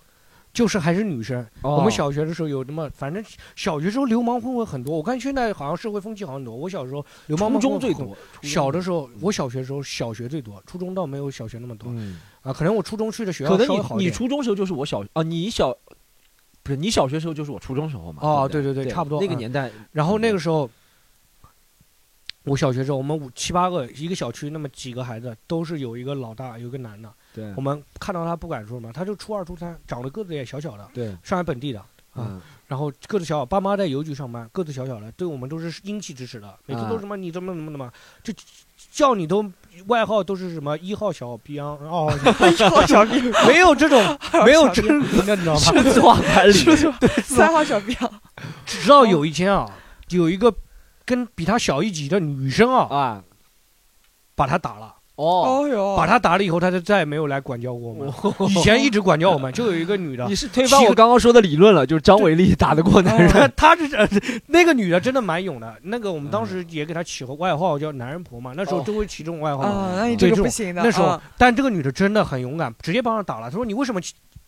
A: 就是还是女生。
C: 哦
A: 我们小学的时候有那么，反正小学时候流氓混混很多。我看现在好像社会风气好像很多。我小时候流氓
C: 初
A: 混
C: 中
A: 混
C: 最
A: 很
C: 多，，
A: 小的时候我小学时候小学最多，初中倒没有小学那么多、
C: 嗯，
A: 啊。可能我初中去的学
C: 可
A: 校
C: 能
A: 稍微好
C: 你
A: 一
C: 你
A: 点。
C: 初中时候就是我小啊，你小不是你小学时候就是我初中时候嘛？
A: 哦
C: 对
A: 对对对差不多
C: 那个
A: 嗯
C: 年代，
A: 然后那个时候，我小学时候我们五七八个一个小区那么几个孩子，都是有一个老大，有一个男的。
C: 对
B: 嗯
A: 我们看到他不敢说什么，他就初二初三，长得个子也小小的，
C: 对，
A: 上海本地的。
C: 嗯，
A: 然后个子小小，爸妈在邮局上班，个子小小的，对我们都是殷切支持的，每次
B: 嗯
A: 都是什么你怎么怎么怎么，就叫你都外号都是什么一号小逼
B: <laughs>
A: 昂，二号小
B: 一号小兵，
A: 没有
B: <laughs>
A: 这种没有
B: 小
A: 真
B: 逼
A: 名的，你知 <laughs>
B: <laughs>
A: 道吗？
C: 数字化啊管理，
B: 三号小兵，
A: 直到有一天啊，有一个跟比他小一级的女生啊， <laughs>
C: 啊，
A: 把他打了，
C: 哦，
B: 哦哟，
A: 把他打了以后，他就再也没有来管教过我们。哦 <laughs> 以前一直管教我 <laughs> 们，就有一个女的
C: <laughs> 你，是推翻我刚刚说的理论了，就是张伟丽打得过男人，
A: 她她是呃那个女的真的蛮勇的，那个我们当时也给她起个外号叫“男人婆”嘛，那时候
C: 哦
A: 就会起这种外号嘛。
B: 啊，那你
A: 对
B: 这个
A: 这
B: 不
A: 种
B: 行的，
A: 那时哦候
B: 嗯，
A: 但这个女的真的很勇敢，直接帮她打了。她说：“你为什么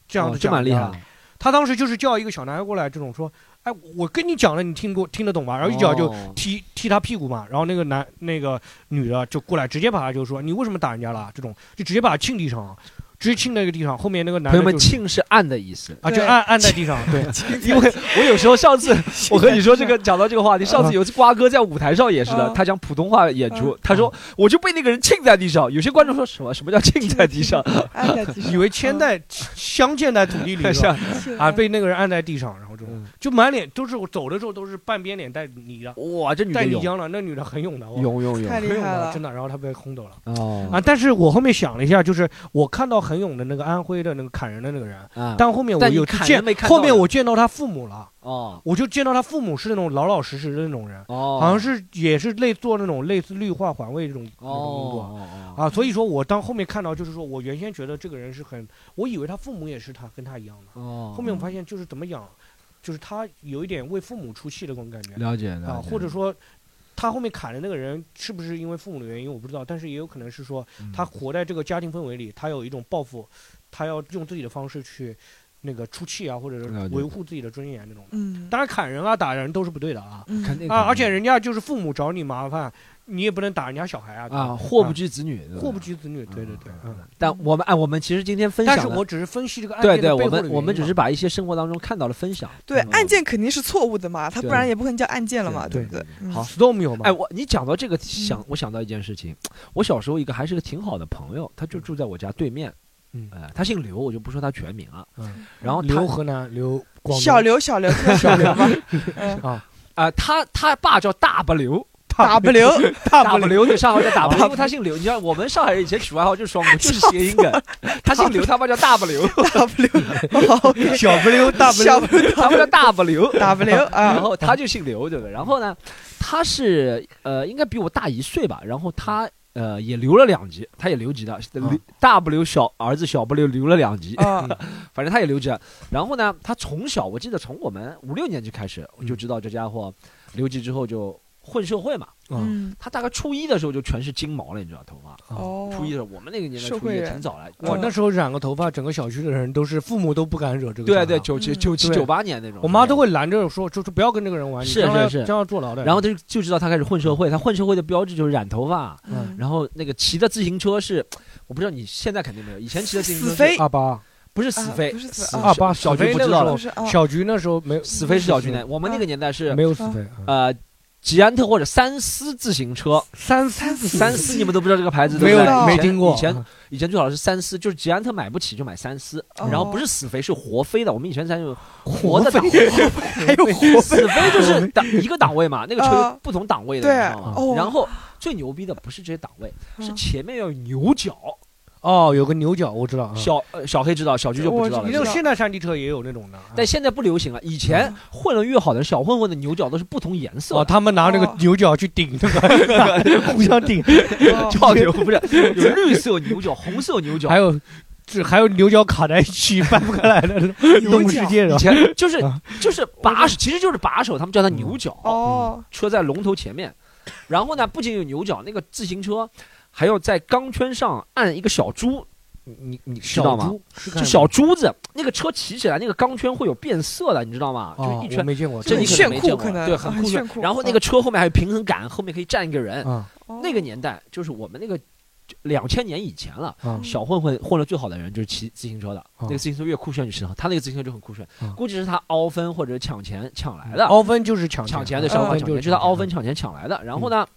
A: 这样
C: 哦
A: 子
C: 这
A: 讲人
C: 蛮厉
A: 家
C: 害的，
A: 她当时就是叫一个小男孩过来，这种说：“哎，我跟你讲了，你听过听得懂吧？”然后一脚就
C: 哦
A: 踢踢他屁股嘛。然后那个男那个女的就过来，直接把他就说：“你为什么打人家了？”这种就直接把他亲地上，直接亲那个地上。后面那个男
C: 朋
A: 的
C: 友
A: 就
C: 们“庆”是暗的意思，
A: 啊，就
B: 对
A: 按按在地上，对，
C: <laughs> 因为我有时候上 <laughs> 次我和你说这个讲到这个话题，上次有一次瓜哥在舞台上也是的
B: 嗯，
C: 他讲普通话演出
B: 嗯，
C: 他说我就被那个人亲在地上，有些观众说什么什么叫亲在地上，
B: 按在地上，
A: 以为牵在相见在土地
C: <laughs>
A: 里是吧
C: 像
B: 天
A: 啊，被那个人按在地上，然后这种
C: 嗯
A: 就满脸都是我走的时候都是半边脸带泥的，
C: 哇，这女
A: 带
C: 的
A: 泥
C: 有
A: 浆了。那女的很勇的，我
C: 有有
B: 太
C: 有
B: 厉
A: 很勇
B: 害
A: 的，
B: 了
A: 真，的。然后她被轰走了啊！
C: 哦
A: 但是我后面想了一下，就是我看到很勇的那个安徽的那个砍人的那个人，
C: 啊
A: 但后面我
C: 但你
A: 有
C: 砍人
A: 见
C: 没，看到
A: 后面我见到他父母了，
C: 哦
A: 我就见到他父母是那种老老实实的那种人，
C: 哦，
A: 好像是也是类做那种类似绿化环卫这种那
C: 哦
A: 种工作。
C: 哦哦
A: 啊，所以说我当后面看到，就是说我原先觉得这个人是很，我以为他父母也是他跟他一样的，
C: 哦，
A: 后面我发现就是怎么养，就是他有一点为父母出气的那种感觉
C: 了解了
A: 啊，
C: 解，
A: 或者说他后面砍的那个人是不是因为父母的原因我不知道，但是也有可能是说
C: 嗯
A: 他活在这个家庭氛围里，他有一种报复，他要用自己的方式去那个出气啊，或者是
C: 了解
A: 维护自己的尊严那种。
B: 嗯，
A: 当然砍人啊打人都是不对的啊
B: 嗯
C: 肯定
A: 啊，而且人家就是父母找你麻烦，你也不能打人家小孩啊对吧
C: 啊，祸不及子女，对吧
A: 祸不。及子女，对对对，嗯。
C: 但我们哎，我们其实今天分享
A: 但
C: 的，
A: 是我只是分析这个案件
C: 对
A: 的
C: 对，
A: 背
C: 我
A: 后的
C: 们
A: 原
C: 我们
A: 因
C: 只是
A: 嘛
C: 把一些生活当中看到的分享。
B: 对，
C: 嗯
B: 案件肯定是错误的嘛，他不
C: 对
B: 然也不可能叫案件了嘛，
C: 对
B: 对不对？嗯
C: 好
A: storm 有嘛，
C: 哎，我你讲到这个，想我想到一件事情，我小时候一个还是个挺好的朋友，他就住在我家对面，
A: 嗯
C: 呃，他姓刘，我就不说他全名了。
A: 嗯，
C: 然后他
A: 留河南留广
B: 小
A: 东
B: 刘，小刘，就是小刘吧，嗯
C: <laughs>
A: 啊
C: 啊，他他爸叫大不刘，
B: 打不留，
C: 大不刘，那上海叫 <laughs> 大不刘，因为他姓刘。你知道我们上海人以前取外号就是 <laughs> 双母，就是谐音梗。他姓刘，他爸叫大不刘，
B: 打不留，好，
A: 小不溜大不
B: 小
A: 溜，
B: 不留，
C: 他爸叫大不嗯刘。
B: 打不留
C: 然
B: 啊，
C: 后他就姓刘，对不对？然后呢，他是呃，应该比我大一岁吧。然后他呃也留了两级，他也留级的，留
A: 嗯
C: 大不留小儿子小不留留了两级，
B: 啊，
C: 反正他也留级了。然后呢，他从小我记得从我们五六年级开始，
A: 嗯
C: 我就知道这家伙留级之后就混社会嘛。
A: 嗯，
B: 嗯，
C: 他大概初一的时候就全是金毛了，你知道头发。
B: 哦，
C: 初一的时候，我们那个年代
B: 社
C: 初一
B: 会
C: 也
B: 人
C: 挺早了。
A: 我那时候染个头发，整个小区的人都是父母都不敢惹这个小孩
C: 对
A: 啊，
C: 对，九七
B: 嗯
C: 九七
A: 对
C: 九八年那种，
A: 我妈都会拦着说，就就不要跟这个人玩，你
C: 是
A: 将来
C: 是是
A: 将要坐牢的。
C: 然后他就就知道他开始混社会，他混社会的标志就是染头发，
B: 嗯，
C: 然后那个骑的自行车是，我不知道你现在肯定没有，以前骑的自行车
B: 死
C: 是
B: 飞
A: 二八
C: 不是死
B: 啊
C: 飞
B: 不是死，
C: 死
B: 飞
A: 二八
C: 小
A: 死飞
C: 军不知
A: 那
C: 道
A: 个
C: 了
B: 就，是啊，
A: 小菊那时候没有
C: 死飞是小军
A: 死
C: 的，我们那个年代是
A: 没有死
B: 啊
A: 飞，啊
C: 呃捷安特或者三思自行车，
A: 三
B: 三
A: 四 <laughs>
B: 四
C: 三思你们都不知道这个牌子
A: 没
C: 对不
A: 有
C: 对？以前
A: 没听过，
C: 以前以前最好是三思，就是捷安特买不起就买三思，
B: 哦
C: 然后不是死飞是活飞的，我们以前才有活
A: 活
C: 的
A: 飞
C: 档位，还有活死飞就是档一个档位嘛，那个车有
B: 啊
C: 不同档位的，
B: 对
C: 你知道吗
B: 哦？
C: 然后最牛逼的不是这些档位，是
B: 嗯
C: 前面要有牛角，
A: 哦，有个牛角我知道啊，嗯
C: 小呃小黑知道，小菊就不知道
B: 我
A: 你那
B: 知
C: 了
A: 个
B: 道。
A: 现代山地车也有那种的啊，
C: 但现在不流行了，以前混的越好的小混混的牛角都是不同颜色
A: 哦，
C: 的，
A: 他们拿那个
B: 哦
A: 牛角去顶那
C: <laughs>
A: 个，互相顶，
B: 哦
C: 叫牛不是有绿色牛角、红色牛角
A: 还，有这还有牛角卡在一起翻不开来的那种
B: 牛
A: 动物
B: 角
A: 世界
C: 以
A: 上。
C: 前就是
A: 啊
C: 就是把手，其实就是把手，他们叫它牛角。
B: 哦，
C: 车在龙头前面，然后呢，不仅有牛角，那个自行车还要在钢圈上按一个小珠，你你知道
A: 小
C: 吗？
A: 猪是
C: 就
A: 看
C: 小珠子，那个车骑起来，那个钢圈会有变色的，你知道吗？
A: 啊
C: 就一，
A: 我
C: 圈，
A: 没见过，
C: 这
B: 很
C: 你
A: 个
C: 可
B: 炫
C: 能没
B: 酷
C: 见
B: 可
C: 过，
B: 能
C: 对，很
B: 很
C: 酷
B: 炫
C: 炫
B: 酷
C: 然后那个车后面还有平衡杆，后面可以站一个人。
A: 啊
B: 哦
C: 那个年代就是我们那个两千年以前了，
A: 啊
C: 小混混混的最好的人就是骑自行车的，那个自行车越酷炫就行了，他那个自行车就很酷炫
A: 嗯，
C: 估计是他凹分或者抢钱抢来的，
A: 凹分就是抢
C: 抢
A: 钱
C: 钱的小
A: 凹
C: 伙
A: 分
C: 抢
A: 就
C: 钱，
A: 是
C: 就是他凹分抢钱嗯抢来的。然后呢，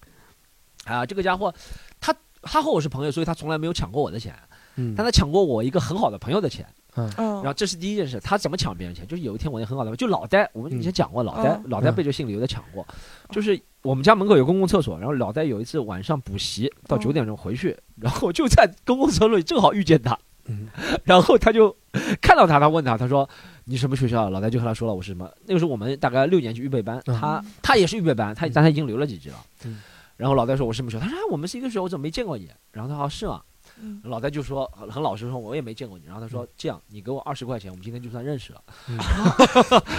C: 啊，这个家伙，他他和我是朋友，所以他从来没有抢过我的钱，
A: 嗯，
C: 但他抢过我一个很好的朋友的钱。
B: 嗯，
C: 然后这是第一件事，他怎么抢别人钱？就是有一天我那很好的，就老呆，我们以前讲过，老呆
B: 嗯，
C: 老呆被这个姓刘的抢过，就是我们家门口有公共厕所，然后老呆有一次晚上补习
B: 嗯
C: 到九点钟回去，然后就在公共厕所里正好遇见他
A: 嗯，
C: <laughs> 然后他就 <laughs> 看到他，他问他，他说你什么学校啊？老呆就和他说了我是什么，那个时候我们大概六年级预备班，
A: 嗯
C: 他他也是预备班，他但他已经留了几级了
A: 嗯。
C: 然后老呆说：“我是什么学校？”他说：“哎我们是一个学校，我怎么没见过你？”然后他说：“是啊吗？”
B: 嗯
C: 老戴就说很很老实说，我也没见过你。然后他说这样，你给我二十块钱，我们今天就算认识了。
A: 嗯
C: <laughs>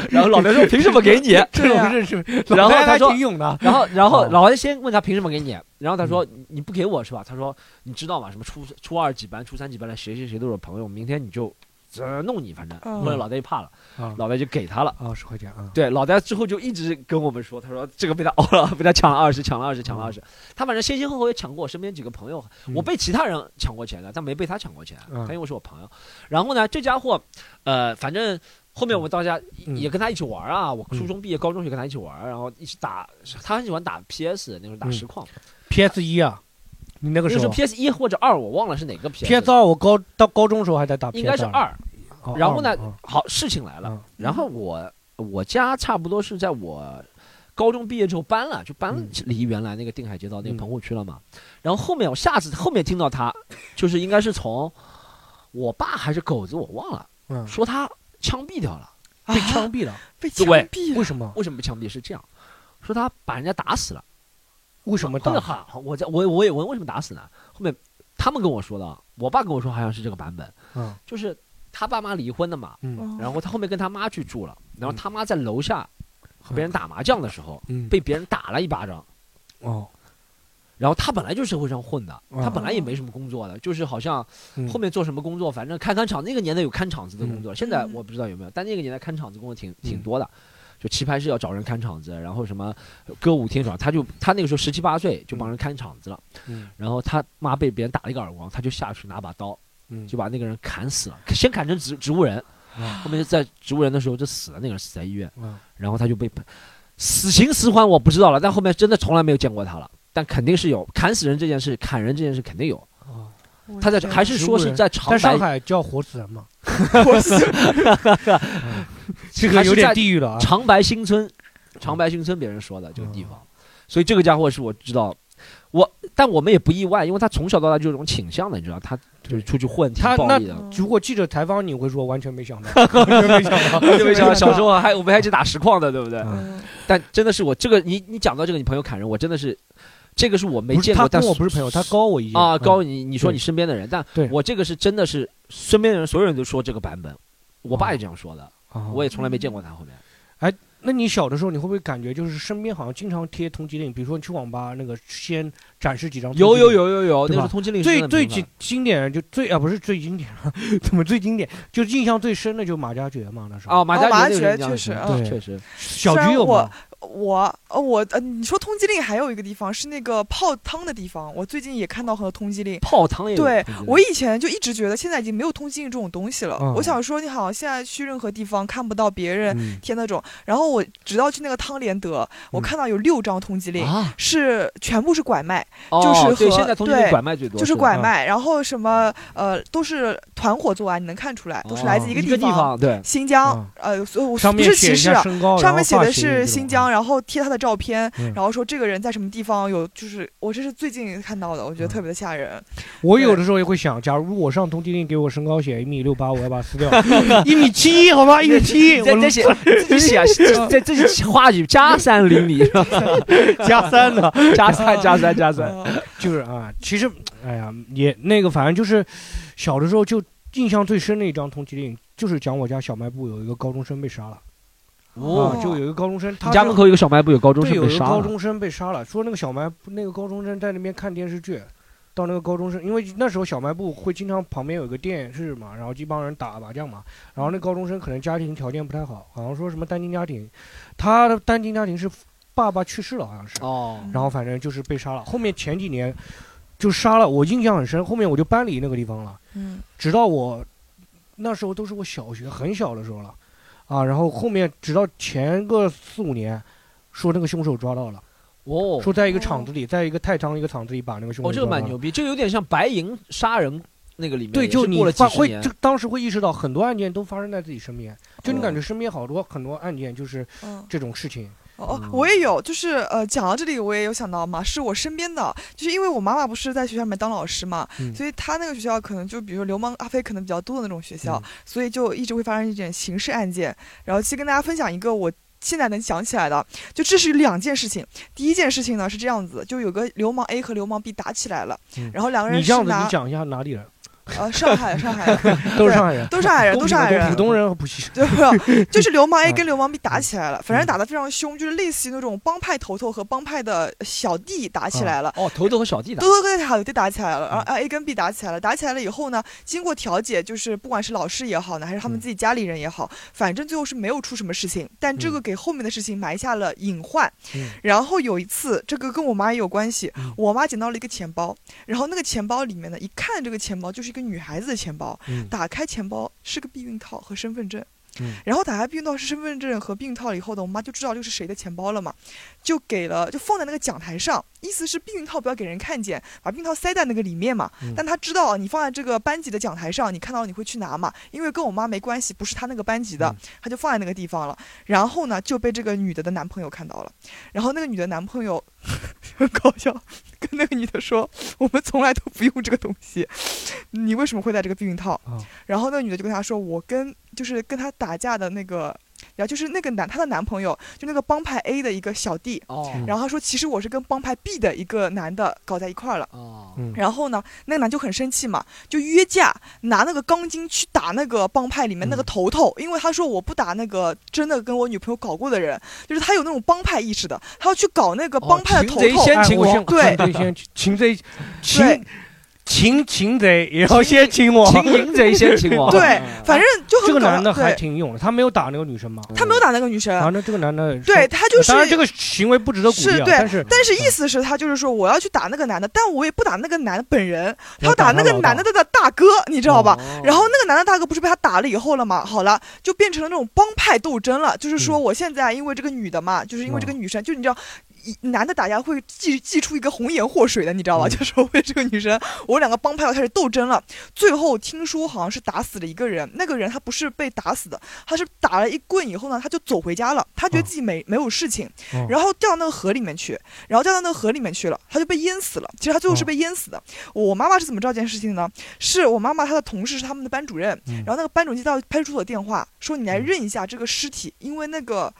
C: 然后老 <laughs> 戴说凭什么给你？
A: 这
B: 对
A: 种
B: 啊
A: 认识，
C: 然
A: 老
C: 后
A: 太
C: 他
A: 太
C: 说
A: 挺勇的，
C: 然后然后
A: 哦
C: 老戴先问他凭什么给你？然后他说你你不给我是吧？他说你知道吗？什么初初二几班、初三几班的谁谁谁都是我朋友，明天你就呃弄你，反正
B: 嗯
C: 后来老戴就怕了，
A: 啊
C: 老戴就给他了。
A: 二十块钱啊，
C: 对，老戴之后就一直跟我们说，他说这个被他熬了，被他抢了二十，抢了二十，抢了二十。他反正先先后后也抢过我身边几个朋友，
A: 嗯
C: 我被其他人抢过钱的，但没被他抢过钱，
A: 嗯
C: 他因为是我朋友。然后呢，这家伙，呃，反正后面我到家
A: 嗯
C: 也跟他一起玩啊，我
A: 嗯
C: 初中毕业、高中也跟他一起玩，啊然后一起打，他很喜欢打 PS，那时候打
A: 嗯
C: 实况，
A: PS 一啊，你那
C: 那
A: 个
C: 个
A: 时
C: 时候
A: 候
C: PS 一或者二，我忘了是哪个 PS，
A: PS 二，我高到高中时候还在打 PS
C: 应该是
A: 二，
C: 二。
A: 哦
C: 然后呢
A: 二嘛，
C: 好，事情来了，
A: 啊
C: 然后我我家差不多是在我高中毕业之后搬了，就搬
A: 嗯
C: 离原来那个定海街道那个
A: 嗯
C: 棚户区了嘛。然后后面我下次后面听到他，就是应该是从我爸还是狗子我忘了，
A: 嗯，
C: 说他枪毙掉了。
A: 被枪毙了，
B: 啊被枪
C: 对
B: 毙了
A: 为，什么？
C: 为什么被枪毙？是这样，说他把人家打死了。
A: 为什么
C: 后
A: 打
C: 面？好，我在我我也问为什么打死呢？后面他们跟我说的，我爸跟我说好像是这个版本，
A: 嗯
C: 就是他爸妈离婚的嘛，
A: 嗯
C: 然后他后面跟他妈去住了，然后
A: 嗯
C: 他妈在楼下和别人打麻将的时候。
A: 嗯，
C: 被别人打了一巴掌，
A: 哦，
C: 然后他本来就是社会上混的，
A: 嗯
C: 他本来也没什么工作的，就是好像
A: 嗯
C: 后面做什么工作，反正看看场，那个年代有看场子的工作，现在我不知道有没有，但那个年代看场子工作
A: 嗯
C: 挺挺多的。就棋牌室要找人看场子，然后什么歌舞厅找，他就他那个时候十七八岁就帮人看场子了，
A: 嗯
C: 然后他妈被别人打了一个耳光，他就下去拿把刀
A: 嗯
C: 就把那个人砍死了，先砍成植植物人，
A: 啊
C: 后面就在植物人的时候就死了，那个人死在医院。
A: 啊
C: 然后他就被判死刑死缓，我不知道了，但后面真的从来没有见过他了。但肯定是有砍死人这件事，砍人这件事肯定有。
A: 啊！
B: 我
C: 他在
B: 天
C: 哦还是说是在长
A: 在上
C: 白
A: 海叫活死人
C: <laughs>
A: 嘛，
B: 我死
A: 这
C: 还
A: 个
C: 是
A: 有点
C: 在
A: 地狱了啊。嗯
C: 长白新村，长白新村别人说的这个地方，所以这个家伙是我知道，我但我们也不意外，因为他从小到大就有这种倾向的，你知道，他就是出去混挺
A: 他
C: 暴
A: 那
C: 力
B: 嗯
C: 的。
A: 如果记者采访你会说完全没想到，完全没想到，
C: 对不对？小时候还我们还一起打实况的，对不对？
A: 嗯
B: 嗯
C: 但真的是我这个，你你讲到这个，你朋友砍人，我真的是，这个是我没
A: 不是
C: 见
A: 他
C: 过，但
A: 跟我不是朋友，他高我一届
C: 啊，
A: 嗯
C: 高你你说
A: 对
C: 你身边的人，但
A: 对
C: 我这个是真的是身边的人，所有人都说这个版本，我爸也这样说的，
A: 啊
C: 我也从来没见过他后面。
A: 哦那你小的时候，你会不会感觉就是身边好像经常贴通缉令？比如说你去网吧，那个先展示几张。
C: 有有。有有有，
A: 对
C: 那时
A: 吧
C: 候通缉令
A: 最
C: 真的
A: 最
C: 很
A: 经
C: 频
A: 经典就最啊不是最经典，怎么最经典？就印象最深的就是马加爵嘛，那时
C: 繁
A: 候。
C: 啊，马
B: 哦
C: 加
B: 马
C: 爵
B: 加
C: 那个人
B: 爵
C: 这
B: 确
C: 样是
B: 实
A: 嗯对
C: 确实
A: 小
B: 虽然
A: 菊有
B: 我
A: 吗？
B: 我呃我呃，你说通缉令还有一个地方是那个泡汤的地方，我最近也看到很多通缉令。
C: 泡汤也有
B: 对
C: 通缉令
B: 我以前就一直觉得现在已经没有通缉令这种东西了。
A: 嗯
B: 我想说，你好像现在去任何地方看不到别人
A: 嗯
B: 贴那种，然后我直到去那个汤连德，
A: 嗯
B: 我看到有六张通缉令，
C: 啊，
B: 是全部是拐卖，
C: 哦
B: 就是
C: 对
B: 和
C: 现在通缉令
B: 对
C: 拐卖最多，
B: 就是
C: 吧
B: 拐卖，然后什么呃都是团伙作案，你能看出来，都是来自
C: 哦
B: 一
C: 个
B: 个地
C: 方，对
B: 新疆，
A: 嗯
B: 呃，所以我
A: 上
B: 不
A: 面
B: 是
A: 写
B: 歧
A: 一
B: 视
A: 下
B: 啊，
A: 身高，
B: 上
A: 然后
B: 面写
A: 发
B: 的
A: 型这
B: 是
A: 种
B: 新疆，。然后贴他的照片，
A: 嗯
B: 然后说这个人在什么地方有，就是我这是最近看到的，我觉得
A: 嗯
B: 特别的吓人。
A: 我有的时候也会想，假如我上通缉令给我身高写一米六八，我要把它撕掉，
B: <laughs>
C: <laughs>
A: 一米七，好吧，一米七，
C: 再
A: 我
C: 再
A: <laughs>
C: 写自己写，再自己画句加三厘米，是吧 <laughs>
A: 加三的，
C: 加三加三加三，
B: 嗯
A: 就是啊，其实，哎呀，也那个，反正就是小的时候就印象最深的一张通缉令，就是讲我家小卖部有一个高中生被杀了，
C: 哦
A: 啊，就有一个高中生，他
C: 你家门口有个小卖部有高中
A: 对有
C: 生被
A: 一个
C: 杀
A: 高
C: 了，
A: 中生被杀了，说那个小卖部那个高中生在那边看电视剧，到那个高中生，因为那时候小卖部会经常旁边有一个电视嘛，然后一帮人打麻将嘛，然后那高中生可能家庭条件不太好，好像说什么单亲家庭，他的单亲家庭是爸爸去世了，好像是，
C: 哦
A: 然后反正就是被杀了。后面前几年就杀了，我印象很深。后面我就搬离那个地方了，
B: 嗯
A: 直到我那时候都是我小学很小的时候了，啊，然后后面直到前个四五年，说那个凶手抓到了，
C: 哦，
A: 说在一个厂子里，在一一个太仓一个厂子里把那个凶手
C: 哦，这
A: 抓到
C: 个蛮
A: 了。
C: 牛逼，这有点像白银杀人那个里面，
A: 对，
C: 也是
A: 就你
C: 过了几
A: 发
C: 十
A: 会
C: 年
A: 这，当时会意识到很多案件都发生在自己身边，就你
C: 哦
A: 感觉身边好多很多案件就是
B: 嗯。
A: 这种事情。
B: 哦
C: 嗯，
B: 我也有，就是呃，讲到这里，我也有想到嘛，是我身边的，就是因为我妈妈不是在学校里面当老师嘛，
A: 嗯
B: 所以她那个学校可能就比如说流氓阿飞可能比较多的那种学校，
A: 嗯
B: 所以就一直会发生一点刑事案件。然后其实跟大家分享一个我。现在能想起来的，就这是两件事情。第一件事情呢是这样子，就有个流氓 A 和流氓 B 打起来了，
A: 嗯
B: 然后两个人
A: 你
B: 是
A: 这样子，
B: 拿
A: 你讲一下哪里人？
B: 呃上海上海人 <laughs>
A: 都是
B: 对
A: 上海人，
B: 都是上海人，都是上海
A: <laughs> 公平的浦，
B: 人
A: 东人和浦西人。
B: <laughs> 对吧？就是流氓 A 跟流氓 B 打
A: 嗯
B: 起来了，反正打得非常凶，就是类似于那种帮派头头和帮派的小弟打起来了。
C: 哦，头头和小弟打
B: 多，多跟小弟打起来了，
A: 嗯
B: 然后啊 A 跟 B 打起来了，打起来了以后呢，经过调解，就是不管是老师也好呢，还是他们
A: 嗯
B: 自己家里人也好，反正最后是没有出什么事情，但这个给后面的事情埋下了隐患。
A: 嗯
B: 然后有一次，这个跟我妈也有关系
A: 嗯，
B: 我妈捡到了一个钱包，然后那个钱包里面呢，一看这个钱包就是一个女孩子的钱包，
A: 嗯
B: 打开钱包是个避孕套和身份证。
A: 嗯
B: 然后打开避孕套是身份证和避孕套以后呢，我妈就知道这个是谁的钱包了嘛，就给了就放在那个讲台上，意思是避孕套不要给人看见，把避孕套塞在那个里面嘛。
A: 嗯
B: 但她知道你放在这个班级的讲台上，你看到了你会去拿嘛，因为跟我妈没关系，不是她那个班级的
A: 嗯，
B: 她就放在那个地方了。然后呢，就被这个女的的男朋友看到了，然后那个女的男朋友 <laughs> 很搞笑，跟那个女的说：“我们从来都不用这个东西，你为什么会带这个避孕套？”
A: 啊
B: 然后那个女的就跟他说：“我跟就是跟他打架的那个，然后就是那个男她的男朋友，就那个帮派 A 的一个小弟。
C: 哦
A: 嗯
B: 然后他说，其实我是跟帮派 B 的一个男的搞在一块儿了。”
C: 哦，
A: 嗯
B: 然后呢，那个男就很生气嘛，就约架，拿那个钢筋去打那个帮派里面那个
A: 嗯
B: 头头，因为他说我不打那个真的跟我女朋友搞过的人，就是他有那种帮派意识的，他要去搞那个
C: 哦
B: 帮派的
C: 擒
B: 头
C: 贼
B: 头。
C: 先
A: 哎
C: 擒
A: 我
C: 王
A: 先
B: 对
A: 对，先擒贼，
B: 对
A: 擒擒擒贼，也要先擒王。
C: 擒淫贼先
A: <laughs>
C: 擒王，
B: <laughs> 对
C: 嗯
B: 反正就很
A: 这个
B: 搞
A: 男的
B: 对
A: 还挺勇的，他没有打那个女生嘛。
B: 他没有打那个女生，
A: 然后呢，这个男的是
B: 对，他就是
A: 当然这个行为不值得鼓励
B: 是
A: 啊，
B: 对
A: 但是
B: 但是意思是他就是说我要去打那个男的，但我也不打那个男的本人，他
A: 嗯
B: 要
A: 要
B: 打
A: 打
B: 那
A: 他
B: 个
A: 老
B: 男的的大哥，你知道吧？
C: 哦
B: 然后那个男的大哥不是被他打了以后了吗？好了，就变成了那种帮派斗争了。就是说，
A: 嗯
B: 我现在因为这个女的嘛，就是因为这个
A: 哦
B: 女生，就你知道，一男的打架会祭祭出一个红颜祸水的，你知道吧？
A: 嗯
B: 就是为这个女生，我两个帮派要开始斗争了。最后听说好像是打死了一个人，那个人他不是被打死的，他是打了一棍以后呢，他就走回家了，他觉得
A: 哦
B: 自己没、没有事情，
A: 哦
B: 然后掉到那个河里面去，然后掉到那个河里面去了，他就被淹死了。其实他最后是
A: 哦
B: 被淹死的。我妈妈是怎么知道这件事情呢？是我妈妈她的同事是他们的班主任，
A: 嗯
B: 然后那个班主任接到派出所电话，说你来
A: 嗯
B: 认一下这个尸体，因为那个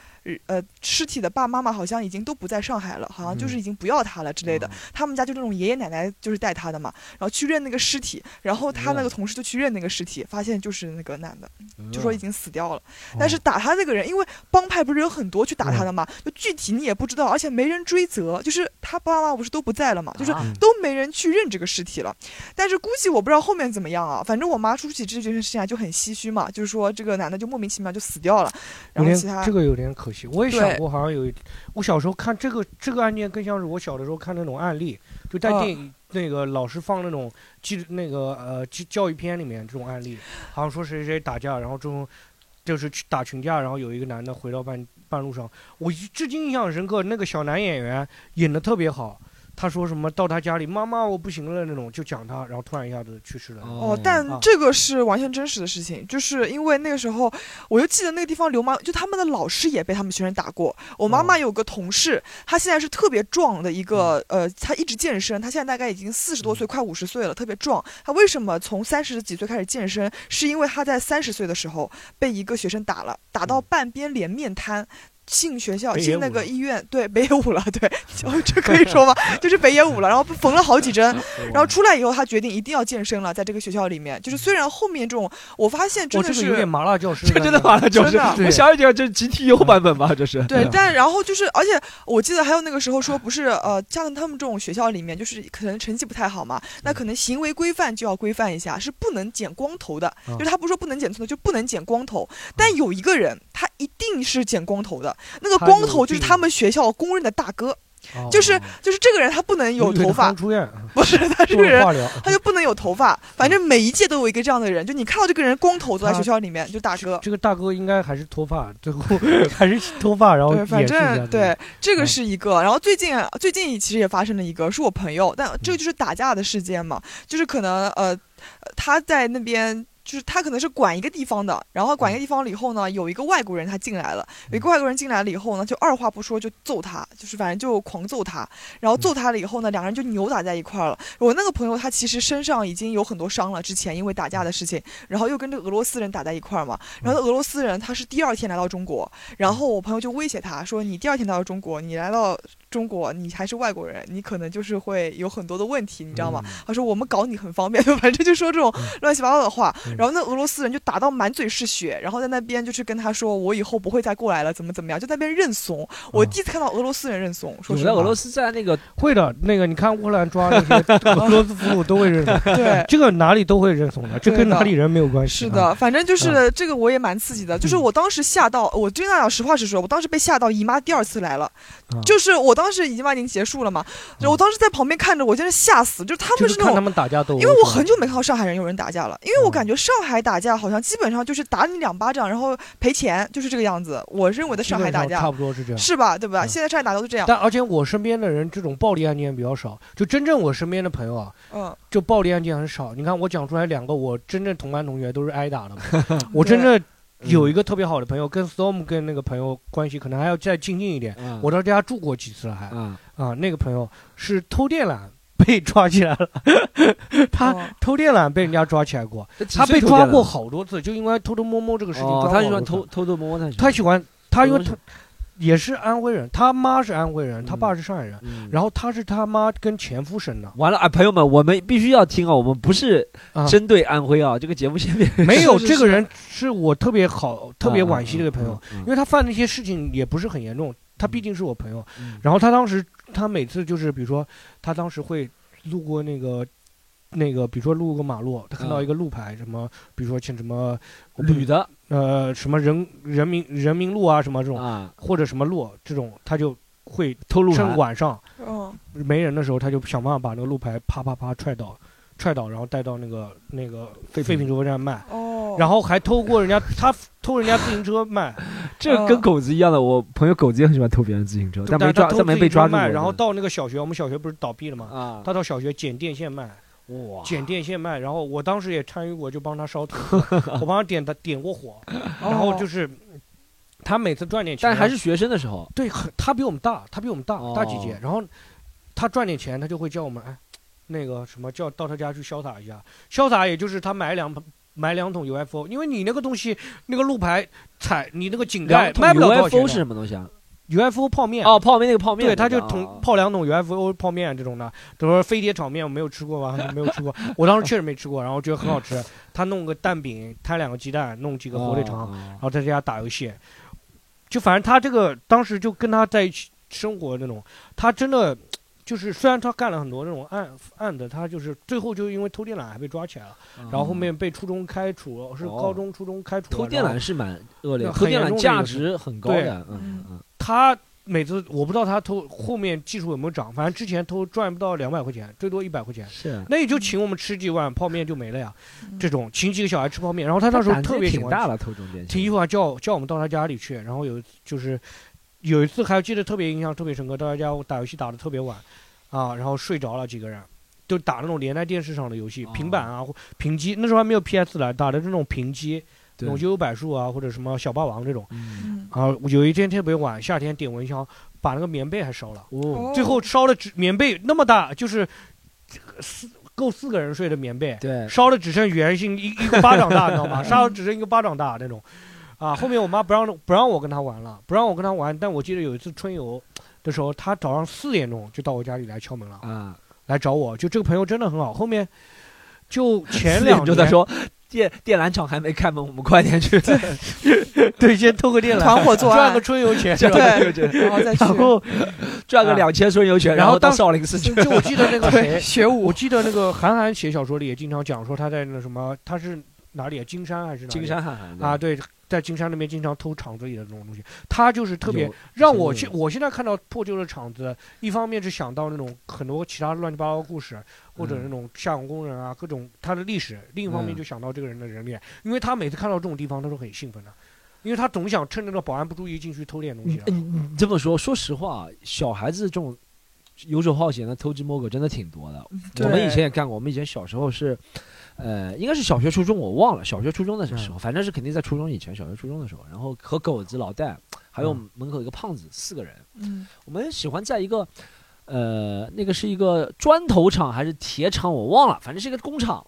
B: 呃尸体的爸妈妈好像已经都不在上海了，好像就是
A: 嗯哦
B: 已经不要他了之类的。他们家就那种爷爷奶奶就是带他的嘛，然后去认那个尸体，然后
A: 哎
B: 他那个同事就去认那个尸体，发现就是那个男的，
C: 嗯
B: 就说已经死掉了。但是打他那个人，因为帮派不是有很多去打他的嘛，就具体你也不知道，而且没人追责，就是他爸妈不是都不在了嘛，就是
C: 啊
B: 都没人去认这个尸体了。但是估计我不知道后面怎么样啊，反正我妈说起这件事情来啊就很唏嘘嘛，就是说这个男的就莫名其妙就死掉了，
A: 有
B: 然后
A: 点
B: 其他
A: 这个有点可惜。我也想
B: 对
A: 过，好像有一我小时候看这个这个案件，更像是我小的时候看那种案例，就在
B: 哦
A: 电影那个老师放那种记那个呃记教育片里面这种案例，好像说谁谁打架，然后这种就是去打群架，然后有一个男的回到半半路上，我一至今印象很深刻，那个小男演员演的特别好。他说什么到他家里，妈妈我不行了那种，就讲他，然后突然一下子去世了。
B: 哦
C: 哦，，
B: 但
A: 啊
B: 这个是完全真实的事情，就是因为那个时候，我就记得那个地方流氓，就他们的老师也被他们学生打过。我妈妈有个同事，她现在是特别壮的一个，呃，她一直健身，她现在大概已经四十多岁，快五十岁了，特别壮。她为什么从三十几岁开始健身？是因为她在三十岁的时候被一个学生打了，打到
A: 嗯
B: 半边脸面瘫。进学校，
C: 北野
B: 进
C: 武
B: 那个
C: 了
B: 医院，对北野武了，对， <laughs> 就这可以说吧，就是北野武了，然后缝了好几针，然后出来以后，他决定一定要健身了，在这个学校里面，就是虽然后面这种，我发现真
A: 我这
B: 的是
A: 个有点麻辣教师的啊
C: 这
A: 感觉，
C: 真的完了，就是
B: 真的
C: 我想一点，这 GTO 版本吧，这是。
B: 对
A: 对，
B: 但然后就是，而且我记得还有那个时候说，不是呃，像他们这种学校里面，就是可能成绩不太好嘛，
A: 嗯
B: 那可能行为规范就要规范一下，是不能剪光头的。
A: 嗯
B: 就是他不是说不能剪寸头，就不能剪光头。但有一个人，他一定是剪光头的，那个
A: 他
B: 光
A: 有
B: 头就是
A: 病
B: 他们学校公认的大哥，
A: 哦
B: 就是就是这个人他不能有头发，
A: 出院，
B: 不 <laughs> 是他这
A: 做
B: 个人
A: 化疗，
B: 他就不能有头发，反正每一届都有一个这样的人，就你看到这个人光头走在学校里面，就大哥。
A: 这个大哥应该还是脱发，最后 <laughs> 还是脱发，然后
B: 对，反
A: 掩饰一下
B: 正
A: 自己
B: 对，这个
A: 嗯
B: 是一个。然后最近最近其实也发生了一个，是我朋友，
A: 嗯
B: 但这个就是打架的事件嘛，就是可能呃，他在那边。就是他可能是管一个地方的，然后管一个
A: 嗯
B: 地方了以后呢，有一个外国人他进来了，有一个外国人进来了以后呢，就二话不说就揍他，就是反正就狂揍他，然后
A: 嗯
B: 揍他了以后呢，两个人就扭打在一块儿了。我那个朋友他其实身上已经有很多伤了，之前因为打架的事情，然后又跟这个俄罗斯人打在一块儿嘛，然
A: 嗯
B: 后俄罗斯人他是第二天来到中国，然后我朋友就威胁他说：“你第二天来到中国，你来到中国，你还是外国人，你可能就是会有很多的问题，你知道吗？”他说：“我们搞你很方便，反正就说这种
A: 嗯
B: 乱七八糟的话。
A: 嗯
B: 然后那俄罗斯人就打到满嘴是血，然后在那边就是跟他说：“我以后不会再过来了，怎么怎么样？”就在那边认怂。
A: 嗯
B: 我第一次看到俄罗斯人认怂，说
C: 你
B: 实
C: 在
B: 话
C: 俄罗斯在那个
A: 会的。那个你看乌克兰抓那些俄罗斯俘虏都会认怂，
B: <laughs> 对。
A: 这个哪里都会认怂的，这
B: 对
A: 跟
B: 的
A: 哪里人没有关系。啊
B: 是，的，反正就是这个，我也蛮刺激的。就是
A: 嗯
B: 我当时吓到，我真的讲实话实说，我当时被吓到姨妈第二次来了
A: 啊。
B: 就是我当时姨妈已经结束了嘛，
A: 嗯
B: 我当时在旁边看着，我真的吓死。就是他
A: 就
B: 们
A: 是
B: 是那
A: 看他
B: 种，
A: 们打架斗殴。
B: 因为我很
A: 是吧
B: 久没看到上海人有人打架了，因为我
A: 嗯
B: 感觉上海打架好像基本上就是打你两巴掌，然后赔钱，就是这个样子。我认为的
A: 基
B: 上
A: 本
B: 海打
A: 上差
B: 架
A: 不多是这样。
B: 是啊吧？对吧？
A: 嗯
B: 现在上海打架都这样。
A: 但而且我身边的人这种暴力案件比较少，就真正我身边的朋友啊，
B: 嗯，
A: 就暴力案件很少。你看我讲出来两个，我真正同班同学都是挨打
B: <laughs>
A: 的嘛。我真正有一个特别好的朋友，跟 Storm 跟那个朋友关系可能还要再亲近一点。
C: 嗯，
A: 我到家住过几次了还，
B: 嗯
C: 啊，
A: 啊，那个朋友是偷电缆被抓起来了， <laughs> 他
B: 哦
A: 偷电缆被人家抓起来过，他被抓过好多次，就因为偷偷摸摸这个事情抓
C: 哦
A: 过，好多
C: 他喜
A: 次。
C: 欢偷偷偷摸摸的，
A: 他喜欢他因为
C: 偷东
A: 他也是安徽人，他妈是安徽人，他
C: 嗯
A: 爸是上海人，
C: 嗯
A: 然后他是他妈跟前夫生
C: <laughs>
A: 的，
C: 完了啊，朋友们，我们必须要听啊，我们不是
A: 啊
C: 针对安徽啊，这个节目先别
A: 没
C: <laughs>
A: 有
B: 是
A: 这个
B: 是
A: 人是我特别好特别惋惜的一个朋友，，
C: 啊嗯
A: 因为他犯的一些事情也不是很严重，他毕竟是我朋友。
C: 嗯嗯
A: 然后他当时他每次就是比如说他当时会路过那个。那个，比如说路过马路，他看到
C: 嗯
A: 一个路牌，什么，比如说像什么
C: 女的
A: 呃什么人人民人民路啊，什么这种，
C: 啊，
A: 或者什么路这种，他就会
C: 偷录
A: 趁
C: 盘
A: 晚上
B: 嗯，
A: 没人的时候，他就想办法把那个路牌啪啪啪踹倒，踹倒，然后带到那个那个
C: 废品
A: 废品收购站卖，
B: 哦，
A: 然后
B: 后
A: 还偷过人家他偷人家自行车
C: <laughs>
A: 卖，
C: 这个跟狗子一样的，我朋友狗子也很喜欢偷别人自行车，但
A: 嗯但
C: 没
A: 是他
C: 抓，
A: 偷
C: 但没
A: 自
C: 被
A: 行车
C: 抓住过。
A: 卖，然后到那个小学，我们小学不是倒闭了吗？
C: 啊，
A: 他到小学捡电线卖，
C: 哇，
A: 捡电线卖，然后我当时也参与过，就帮他烧
C: <laughs>
A: 土，我帮他点他点过火，然
B: 哦
A: 后就是他每次赚点钱，啊
C: 哦但还是学生的时候，
A: 对，很他比我们大，他比我们大、
C: 哦
A: 大几届，然后他赚点钱，他就会叫我们哎，那个什么叫到他家去潇洒一下，潇洒也就是他买两买两桶 UFO，因为你那个东西那个路牌踩你那个井盖
C: 两桶
A: 卖不了多少
C: UFO 是
A: 钱
C: 什么东西啊？
A: 的，UFO 泡面
C: 哦，。泡面那个泡面，
A: 对，他就
C: 啊
A: 桶泡两桶 UFO 泡面这种的，比如说飞碟炒面，我没有吃过吧？没有吃过，我当时确实没吃过，然后觉得很好吃。他弄个蛋饼，摊两个鸡蛋，弄几个火腿肠，，
C: 啊
A: 然后在家打游戏，就反正他这个当时就跟他在一起生活那种，他真的就是虽然他干了很多那种案案子，他就是最后就因为偷电缆还被抓起来了，然后后面被初中开除，是
C: 哦
A: 高中、初中开除了。
C: 偷电
A: 然
C: 缆
A: 后
C: 是蛮恶劣的，
A: 对
C: 偷
A: 很严
C: 电缆
A: 重的
C: 价
A: 一个事
C: 值很高
A: 对
C: 的，嗯嗯
A: 他每次我不知道他偷后面技术有没有涨，反正之前偷赚不到两百块钱，最多一百块钱
C: 嗯，。是啊。
A: 那也就请我们吃几碗泡面就没了呀，
B: 嗯
A: 这种请几个小孩吃泡面，然后他那时候
C: 胆子
A: 特别喜
C: 挺
A: 欢
C: 大了，偷这种电
A: 挺喜
C: 器。
A: 欢叫叫我们到他家里去，然后有一次就是有一次还记得特别印象特别深刻，到他家我打游戏打的特别晚啊，然后睡着了几个人，就打那种连在电视上的游戏，
C: 哦
A: 平板啊或平机，那时候还没有 PS 来打的这种平机，那
C: 对
A: 种悠悠百树啊或者什么小霸王这种
C: 嗯
B: 嗯
A: 啊，有一天特别晚，夏天点蚊香把那个棉被还烧了，
C: 哦，
A: 最后烧了只棉被那么大，就是四够四个人睡的棉被，
C: 对，
A: 烧的只剩圆形一一个巴掌大，你知道吗？烧的只剩一个巴掌大那种，啊，后面我妈不让不让我跟她玩了，不让我跟她玩。但我记得有一次春游的时候，她早上四点钟就到我家里来敲门了，
C: 啊，
A: 来找我。就这个朋友真的很好。后面就前
C: 四
A: 两
C: 点
A: 周
C: 钟他说电电缆厂还没开门，我们快点去。 <laughs>
A: 对，先偷个电缆，
B: 团伙作
A: 赚
B: 案
A: 个，春游钱。
C: 这样
B: 对
C: 就就
B: 然后再去
C: <laughs> 然后 <laughs> 赚个
A: 啊
C: 两千春游钱，
A: 然后
C: 后到
A: 当
C: 少林寺去
A: 就。就我记得那个谁
B: 对，学武
A: 我记得那个韩寒写小说里也经常讲说他在那什么，他是哪里啊？金山还是哪里？
C: 金山汉汉
A: 啊，，对，在金山那边经常偷厂子里的这种东西。他就是特别
C: 有
A: 让我
C: 神
A: 现
C: 经
A: 我现在看到破旧的厂子，一方面是想到那种很多其他乱七八糟的故事，或者
C: 嗯
A: 那种下岗工人啊，各种他的历史；另一方面
C: 嗯
A: 就想到这个人的人脸，因为他每次看到这种地方，他都很兴奋的，因为他总想趁着那个保安不注意进去偷点东西
C: 你
A: 啊。
C: 你你这么说，说实话，小孩子这种游手好闲的、偷鸡摸狗真的挺多的。
B: 对
C: 我们以前也干过，我们以前小时候是，呃，应该是小学、初中，我忘了，小学、初中的时候，反正是肯定在初中以前，小学、初中的时候，然后和狗子、老戴，还有
A: 嗯
C: 门口一个胖子，四个人，
B: 嗯，
C: 我们喜欢在一个，呃，那个是一个砖头厂还是铁厂，我忘了，反正是一个工厂。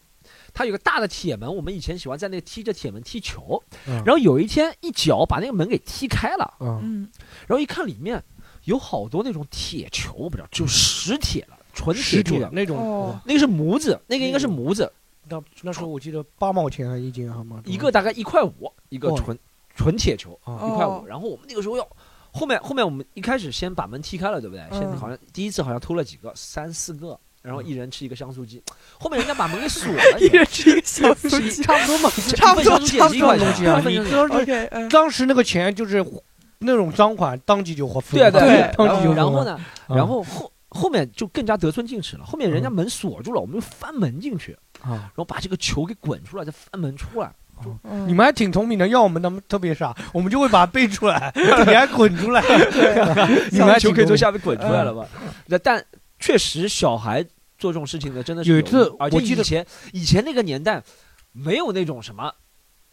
C: 它有个大的铁门，我们以前喜欢在那个踢着铁门踢球，
A: 然
C: 然后有一天一脚把那个门给踢开了，
A: 嗯
B: 嗯，
C: 然后一看里面有好多那种铁球，我不知道，就石铁了，纯铁
A: 石
C: 铸
A: 铁
C: 的。
A: 那种，
B: 哦
A: 哇
C: 那个是模子，那个应该是模子，
A: 那那时候我记得八毛钱啊一斤好吗？
C: 一个大概一块五，一个
A: 哦
C: 纯纯铁球，
A: 啊
C: 一块五。
B: 哦
C: 然后我们那个时候要，后面后面我们一开始先把门踢开了，对不对？
B: 嗯
C: 先好像第一次好像偷了几个，三四个，然后一人吃一个香酥鸡。后面人家把门
B: <laughs>
C: 给
A: <laughs>
C: 锁了，
B: 一
C: 你知道
B: 人吃一个小酥鸡
C: 差不多嘛，
B: <laughs> 差不多
C: 一份香酥鸡也是一块
A: 东西啊，
C: 钱
A: 你
C: 一份香酥鸡
A: 当时
B: ，OK，嗯，
A: 当时那个钱就是那种赃款，当即就还付了。
C: 对啊对
B: 对嗯
C: 啊
A: 当
C: 然
A: 即就
C: 后
A: 还
C: 然
A: 了
C: 后？呢，
A: 啊
C: 然后后后面就更加得寸进尺了。后面人家门锁住了，我们就翻门进去，
A: 啊，
C: 然后把这个球给滚出来，再翻门出来。
B: 嗯
A: 你们还挺聪明的，要我们他们特别傻，我们就会把它背出来， <laughs> 你还滚出来，
C: <laughs>
A: 你们还挺
C: 球可以
A: 聪明
C: 从
A: 嗯
C: 下面滚出来了吧？那但确实，小孩做这种事情的真的是
A: 有一
C: 的
A: 次
C: 而且
A: 我记得
C: 以前以前那个年代没有那种什么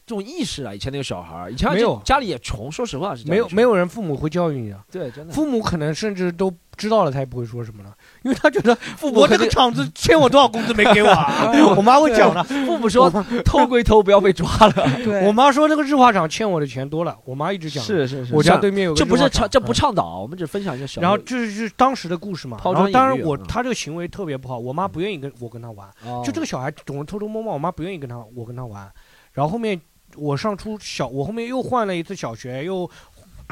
C: 这种意识啊。以前那个小孩儿，以前而且
A: 没有
C: 家里也穷，说实话是家里
A: 没有
C: 穷
A: 没有人父母会教育你的，
C: 对，真的
A: 父母可能甚至都知道了，他也不会说什么了，因为他觉得
C: 父
A: 我这
C: 肯
A: 个
C: 定
A: 厂子欠我多少工资没给我
C: <laughs>
A: 啊，我妈会讲的。
C: 父母说 <laughs> 偷归偷，不要被抓了。 <laughs>
B: 对，
A: 我妈说那个日化厂欠我的钱多了，我妈一直讲。，
C: 是
A: 我家
C: 像
A: 对面有个
C: 这不
A: 日化
C: 是
A: 厂
C: 倡这不
A: 嗯
C: 倡导啊，我们只分享一个小的。
A: 然后这是当时的故事嘛，
C: 抛
A: 然
C: 砖
A: 后
C: 引
A: 当然
C: 玉
A: 我
C: 嗯
A: 他这个行为特别不好，我妈不愿意跟我跟他玩，
C: 哦
A: 就这个小孩总是偷偷摸摸，我妈不愿意跟他我跟他玩。然后后面我上初小，我后面又换了一次小学，又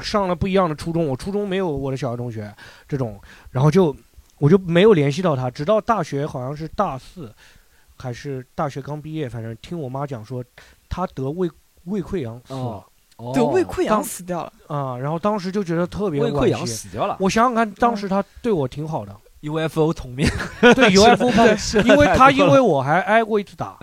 A: 上了不一样的初中。我初中没有我的小学同学这种，然后就我就没有联系到他，直到大学好像是大四还是大学刚毕业，反正听我妈讲说他得胃胃溃疡死了
C: 哦哦
B: 得胃溃
A: 当
B: 疡死
A: <laughs>
B: 掉了，
A: 啊、然后当时就觉得特别
C: 胃
A: 惋
C: 溃疡
A: 惜。
C: 死掉了
A: 我想想看，当时他对我挺
C: <laughs>
A: 好的，
C: ，UFO 同面，
A: 对 UFO 炮，
C: 是
A: <laughs> 因为他因
C: 太多
A: 为
C: 了
A: 我还挨过一次打，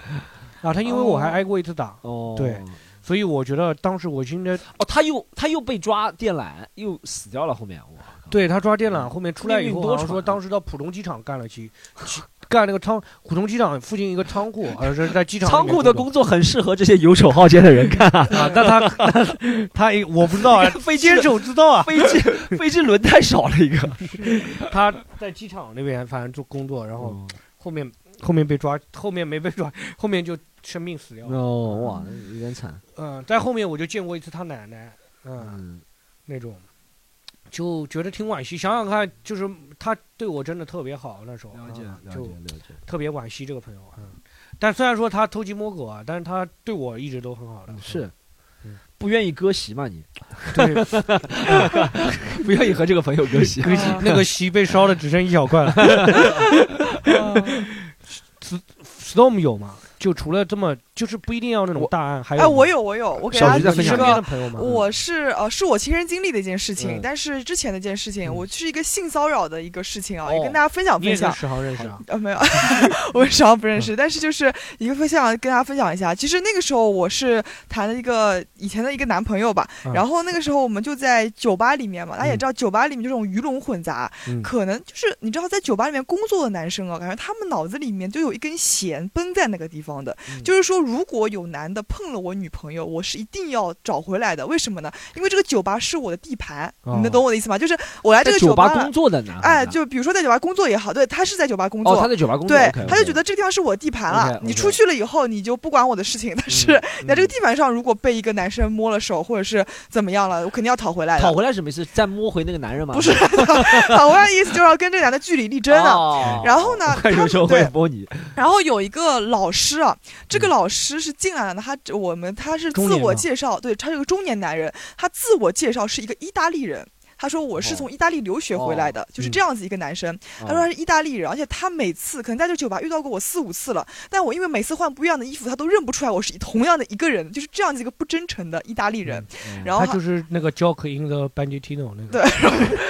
A: 啊，他因为我还挨过一次打，
C: 哦
A: 对所以我觉得当时我应该
C: 哦，他又他又被抓电缆，又死掉了。后面我靠，
A: 对他抓电缆，后面出来以
C: 嗯命
A: 后，
C: 运多
A: 好像说
C: 舛啊
A: 当时到浦东机场干了去，去干那个仓，浦东机场附近一个仓库，好像是在机场
C: 仓
A: 里面
C: 库的
A: 工
C: 工作很适合这些游手好闲的人干啊。
A: 作啊，但他 <laughs>
C: <laughs>
A: 他他也我不知道啊，
C: 飞机
A: 坚
C: 的
A: 守之道啊，
C: 飞机飞机轮胎少了一 <laughs> 个，
A: 他在机场那边反正做工作，然后
C: 哦
A: 后面后面被抓，后面没被抓，后面就生病死
C: 嗯
A: 掉了。
B: 哦
C: 哇，有点惨。
A: 嗯，在后面我就见过一次他奶奶，嗯，
C: 嗯，
A: 那种。就觉得挺惋惜，想想看，就是他对我真的特别好，那时候啊就
C: 嗯了解。
A: 特别惋惜这个朋友，嗯。但虽然说他偷鸡摸狗啊，但是他对我一直都很好的。
C: 嗯是
A: 嗯，
C: 不愿意割席嘛你？ <laughs>
A: 对，
C: 不愿意和这个朋友
B: <laughs>
C: 割席。
A: 可惜
B: 啊
A: 那个席被烧的只剩一小块了。 <laughs>
B: 嗯
A: Storm 有吗？就除了这么，就是不一定要那种
C: 我
A: 大案，还有
B: 哎，我
A: 吗
B: 有我有，我给
C: 小
B: 大
C: 菊
B: 家
C: 在
A: 你
B: 举
C: 分
A: 身
B: 一
C: 享
B: 个
A: 边的朋友吗？嗯
B: 我是呃，是我亲身经历的一件事情，
C: 嗯
B: 但是之前的一件事情，
A: 嗯
B: 我是一个性骚扰的一个事情啊，也
C: 哦
B: 跟大家分享
A: 你也
B: 分
A: 跟
B: 享。
A: 史航认识啊？
B: 呃，没有， <laughs> 我们上不认
C: 嗯
B: 识，但是就是一个分享，跟大家分享一下。其实那个时候我是谈了一个以前的一个男朋友吧，
A: 嗯
B: 然后那个时候我们就在酒吧里面嘛，大
C: 嗯
B: 家也知道酒吧里面这种鱼龙混杂，
A: 嗯
B: 可能就是你知道在酒吧里面工作的男生啊，感觉他们脑子里面就有一根弦绷在那个地方，方的，
A: 嗯
B: 就是说如果有男的碰了我女朋友，我是一定要找回来的。为什么呢？因为这个酒吧是我的地盘，
A: 哦
B: 你能懂我的意思吗？就是我来这
C: <laughs> 在
B: 个
C: 酒吧
B: 了
C: 工作的男孩子，啊哦
B: 哎，就比如说在酒吧工作也好，对他是在酒吧工作，
C: 哦，他在酒吧工作，
B: 对
C: OK，OK
B: 他就觉得这个地方是我的地盘了
C: OK，OK
B: 你出去了以后你就不管我的事情，但是
C: 嗯
B: 在这个地盘上，如果被一个男生摸了手或者是怎么样了，我肯定要讨回来的。
C: 讨回来是什么意思？再摸回那个男人吗？
B: 不是讨回来的意思就是要跟这个男的据理力争的。
C: 哦
B: 然后呢，他
C: 快手
B: 们
C: 手
B: 对
C: 会摸你，
B: 然后有一个老师啊，这
C: 嗯
B: 个老师是进来了，他我们他是
A: 中
B: 自
A: 年
B: 我
A: 吗
B: 介绍，对他是个中年男人，他自我介绍是一个意大利人。他说我是
C: 哦
B: 从意大利留学回来的，就是
A: 嗯
B: 这样子一个男生。他说他是意大利人，而且他每次可能在这酒吧遇到过我四五次了，但我因为每次换不一样的衣服，他都认不出来我是同样的一个人，就是这样子一个不真诚的意大利人。
C: 嗯
B: 然后
A: 他
B: 他
A: 就是那个 Jock in the Banditino 那个，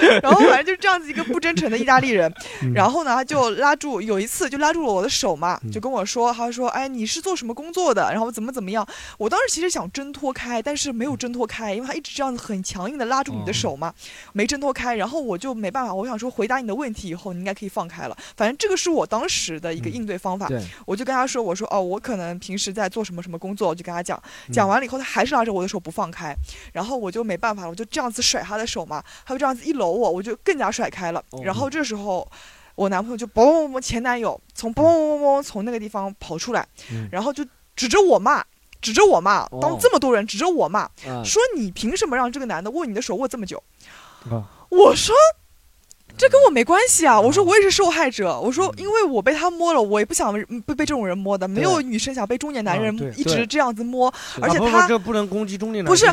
B: 对，然后反正就是这样子一个不真诚的意大利人。
A: 嗯
B: 然后呢，他就拉住，有一次就拉住了我的手嘛，
A: 嗯
B: 就跟我说，他说：“哎，你是做什么工作的？然后怎么怎么样？”我当时其实想挣脱开，但是没有挣脱开，因为他一直这样子很强硬的拉住
A: 哦
B: 你的手嘛，没挣脱开。然后我就没办法，我想说回答你的问题以后，你应该可以放开了。反正这个是我当时的一个
A: 嗯
B: 应对方法。
C: 对，
B: 我就跟他说：“我说哦，我可能平时在做什么什么工作。”我就跟他讲，
A: 嗯
C: 嗯
B: 讲完了以后，他还是拉着我的手不放开，然后我就没办法了，我就这样子甩他的手嘛，他就这样子一搂我，我就更加甩开了
C: 哦。
B: 然后这时候，我男朋友就嘣嘣嘣，前男友从嘣嘣嘣嘣从那个地方跑出来
A: 嗯，
B: 然后就指着我骂，指着我骂，当
C: 哦
B: 这么多人指着我骂，
C: 嗯
B: 说你凭什么让这个男的握你的手握这么久？
A: 啊嗯
B: 我说。这跟我没关系啊！我说我也是受害者，我说因为我被他摸了，我也不想嗯被被这种人摸的，没有女生想被中年男人
A: 啊对
B: 一
C: 对
B: 直这样子摸，而且
A: 啊不
B: 他
A: 不这不能攻击中年男，
B: 不是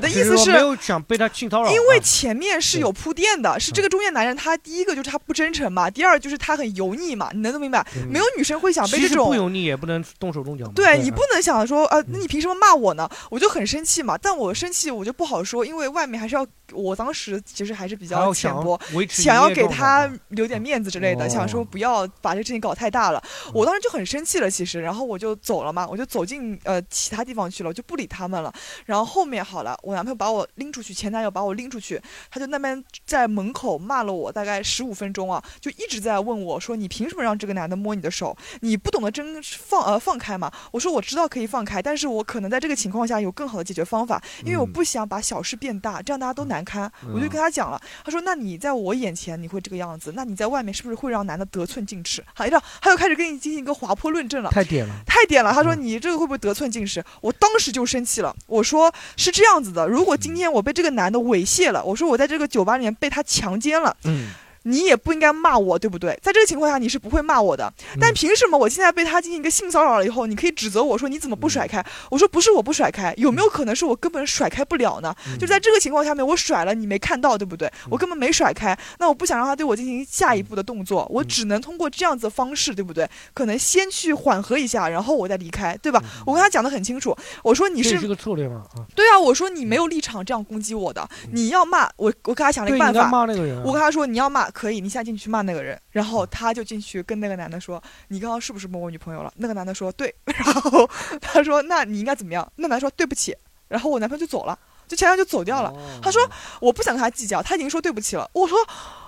A: <laughs>
B: 的意思
A: 就是说没有想被他性骚扰，
B: 因为
A: 啊
B: 前面是
A: 对嗯
B: 有铺垫的，是这个中年男人他第一个就是他不真诚嘛，第二就是他很油腻嘛，你能明白？
A: 嗯
B: 没有女生会想被
A: 其
B: 这
A: 实不
B: 种。
A: 油腻也不能动手动脚嘛，
B: 对你
A: 啊
B: 不能想说，呃，那你凭什么骂我呢？我就很生气嘛，但我生气我就不好说，因为外面还是要，我当时其实还是比
A: 还
B: 较
A: 要
B: 浅
A: 想
B: 薄，
A: 维持
B: 想
A: 营
B: 要
A: 业
B: 给
A: 状态
B: 他
A: 啊
B: 留点面子之类的，
A: 哦嗯
B: 想说不要把这事情搞太大了。我当时就很生气了，其实，然后我就走了嘛，我就走进呃其他地方去了，我就不理他们了。然后后面好了，我男朋友把我拎出去，前男友把我拎出去，他就那边在门口骂了我大概十五分钟啊，就一直在问我说你凭什么让这个男的摸你的手？你不懂得真放呃放开吗？我说我知道可以放开，但是我可能在这个情况下有更好的解决方法，因为我
C: 嗯
B: 不想把小事变大，这样大家都难堪。我就
C: 嗯
B: 跟他讲了，他说：“那你在我眼前你会这个样子，那你在外面是不是会让男的得寸进尺？”好，让他又开始跟你进行一个滑坡论证了。
A: 太点了。
B: 太点了，他说
A: 嗯
B: 你这个会不会得寸进尺？我当时就生气了，我说是这样子的，如果今天我被这个男的猥亵了，我说我在这个酒吧里面被他强奸了，
A: 嗯，
B: 你也不应该骂我，对不对？在这个情况下，你是不会骂我的。但
A: 嗯
B: 凭什么我现在被他进行一个性骚扰了以后，你可以指责我说你怎么不甩
A: 嗯
B: 开？我说不是我不甩开，有没有可能是我根本甩开不了呢？
A: 嗯
B: 就在这个情况下面，我甩了你没看到，对不对？我根本没甩开，那我不想让他对我进行下一步的动
A: 嗯
B: 作，我只能通过这样子的方式，对不对？可能先去缓和一下，然后我再离开，对吧？我跟他讲得很清楚，我说你
A: 嗯这
B: 是
A: 也是个策略嘛啊，
B: 对啊，我说你没有立场这样攻击我的，你要骂我，我跟他想了一
A: 嗯对，
B: 个
A: 你
B: 办
A: 该
B: 法，
A: 骂那个人啊，
B: 我跟他说你要骂可以，你现在进去骂那个人，然后他就进去跟那个男的说你刚刚是不是摸我女朋友了？那个男的说对， <laughs> 然后他说那你应该怎么样？那男的说对不起，然后我男朋友就走了，就前男友就走掉了。
C: 哦
B: 他说我不想跟他计较，他已经说对不起了。我说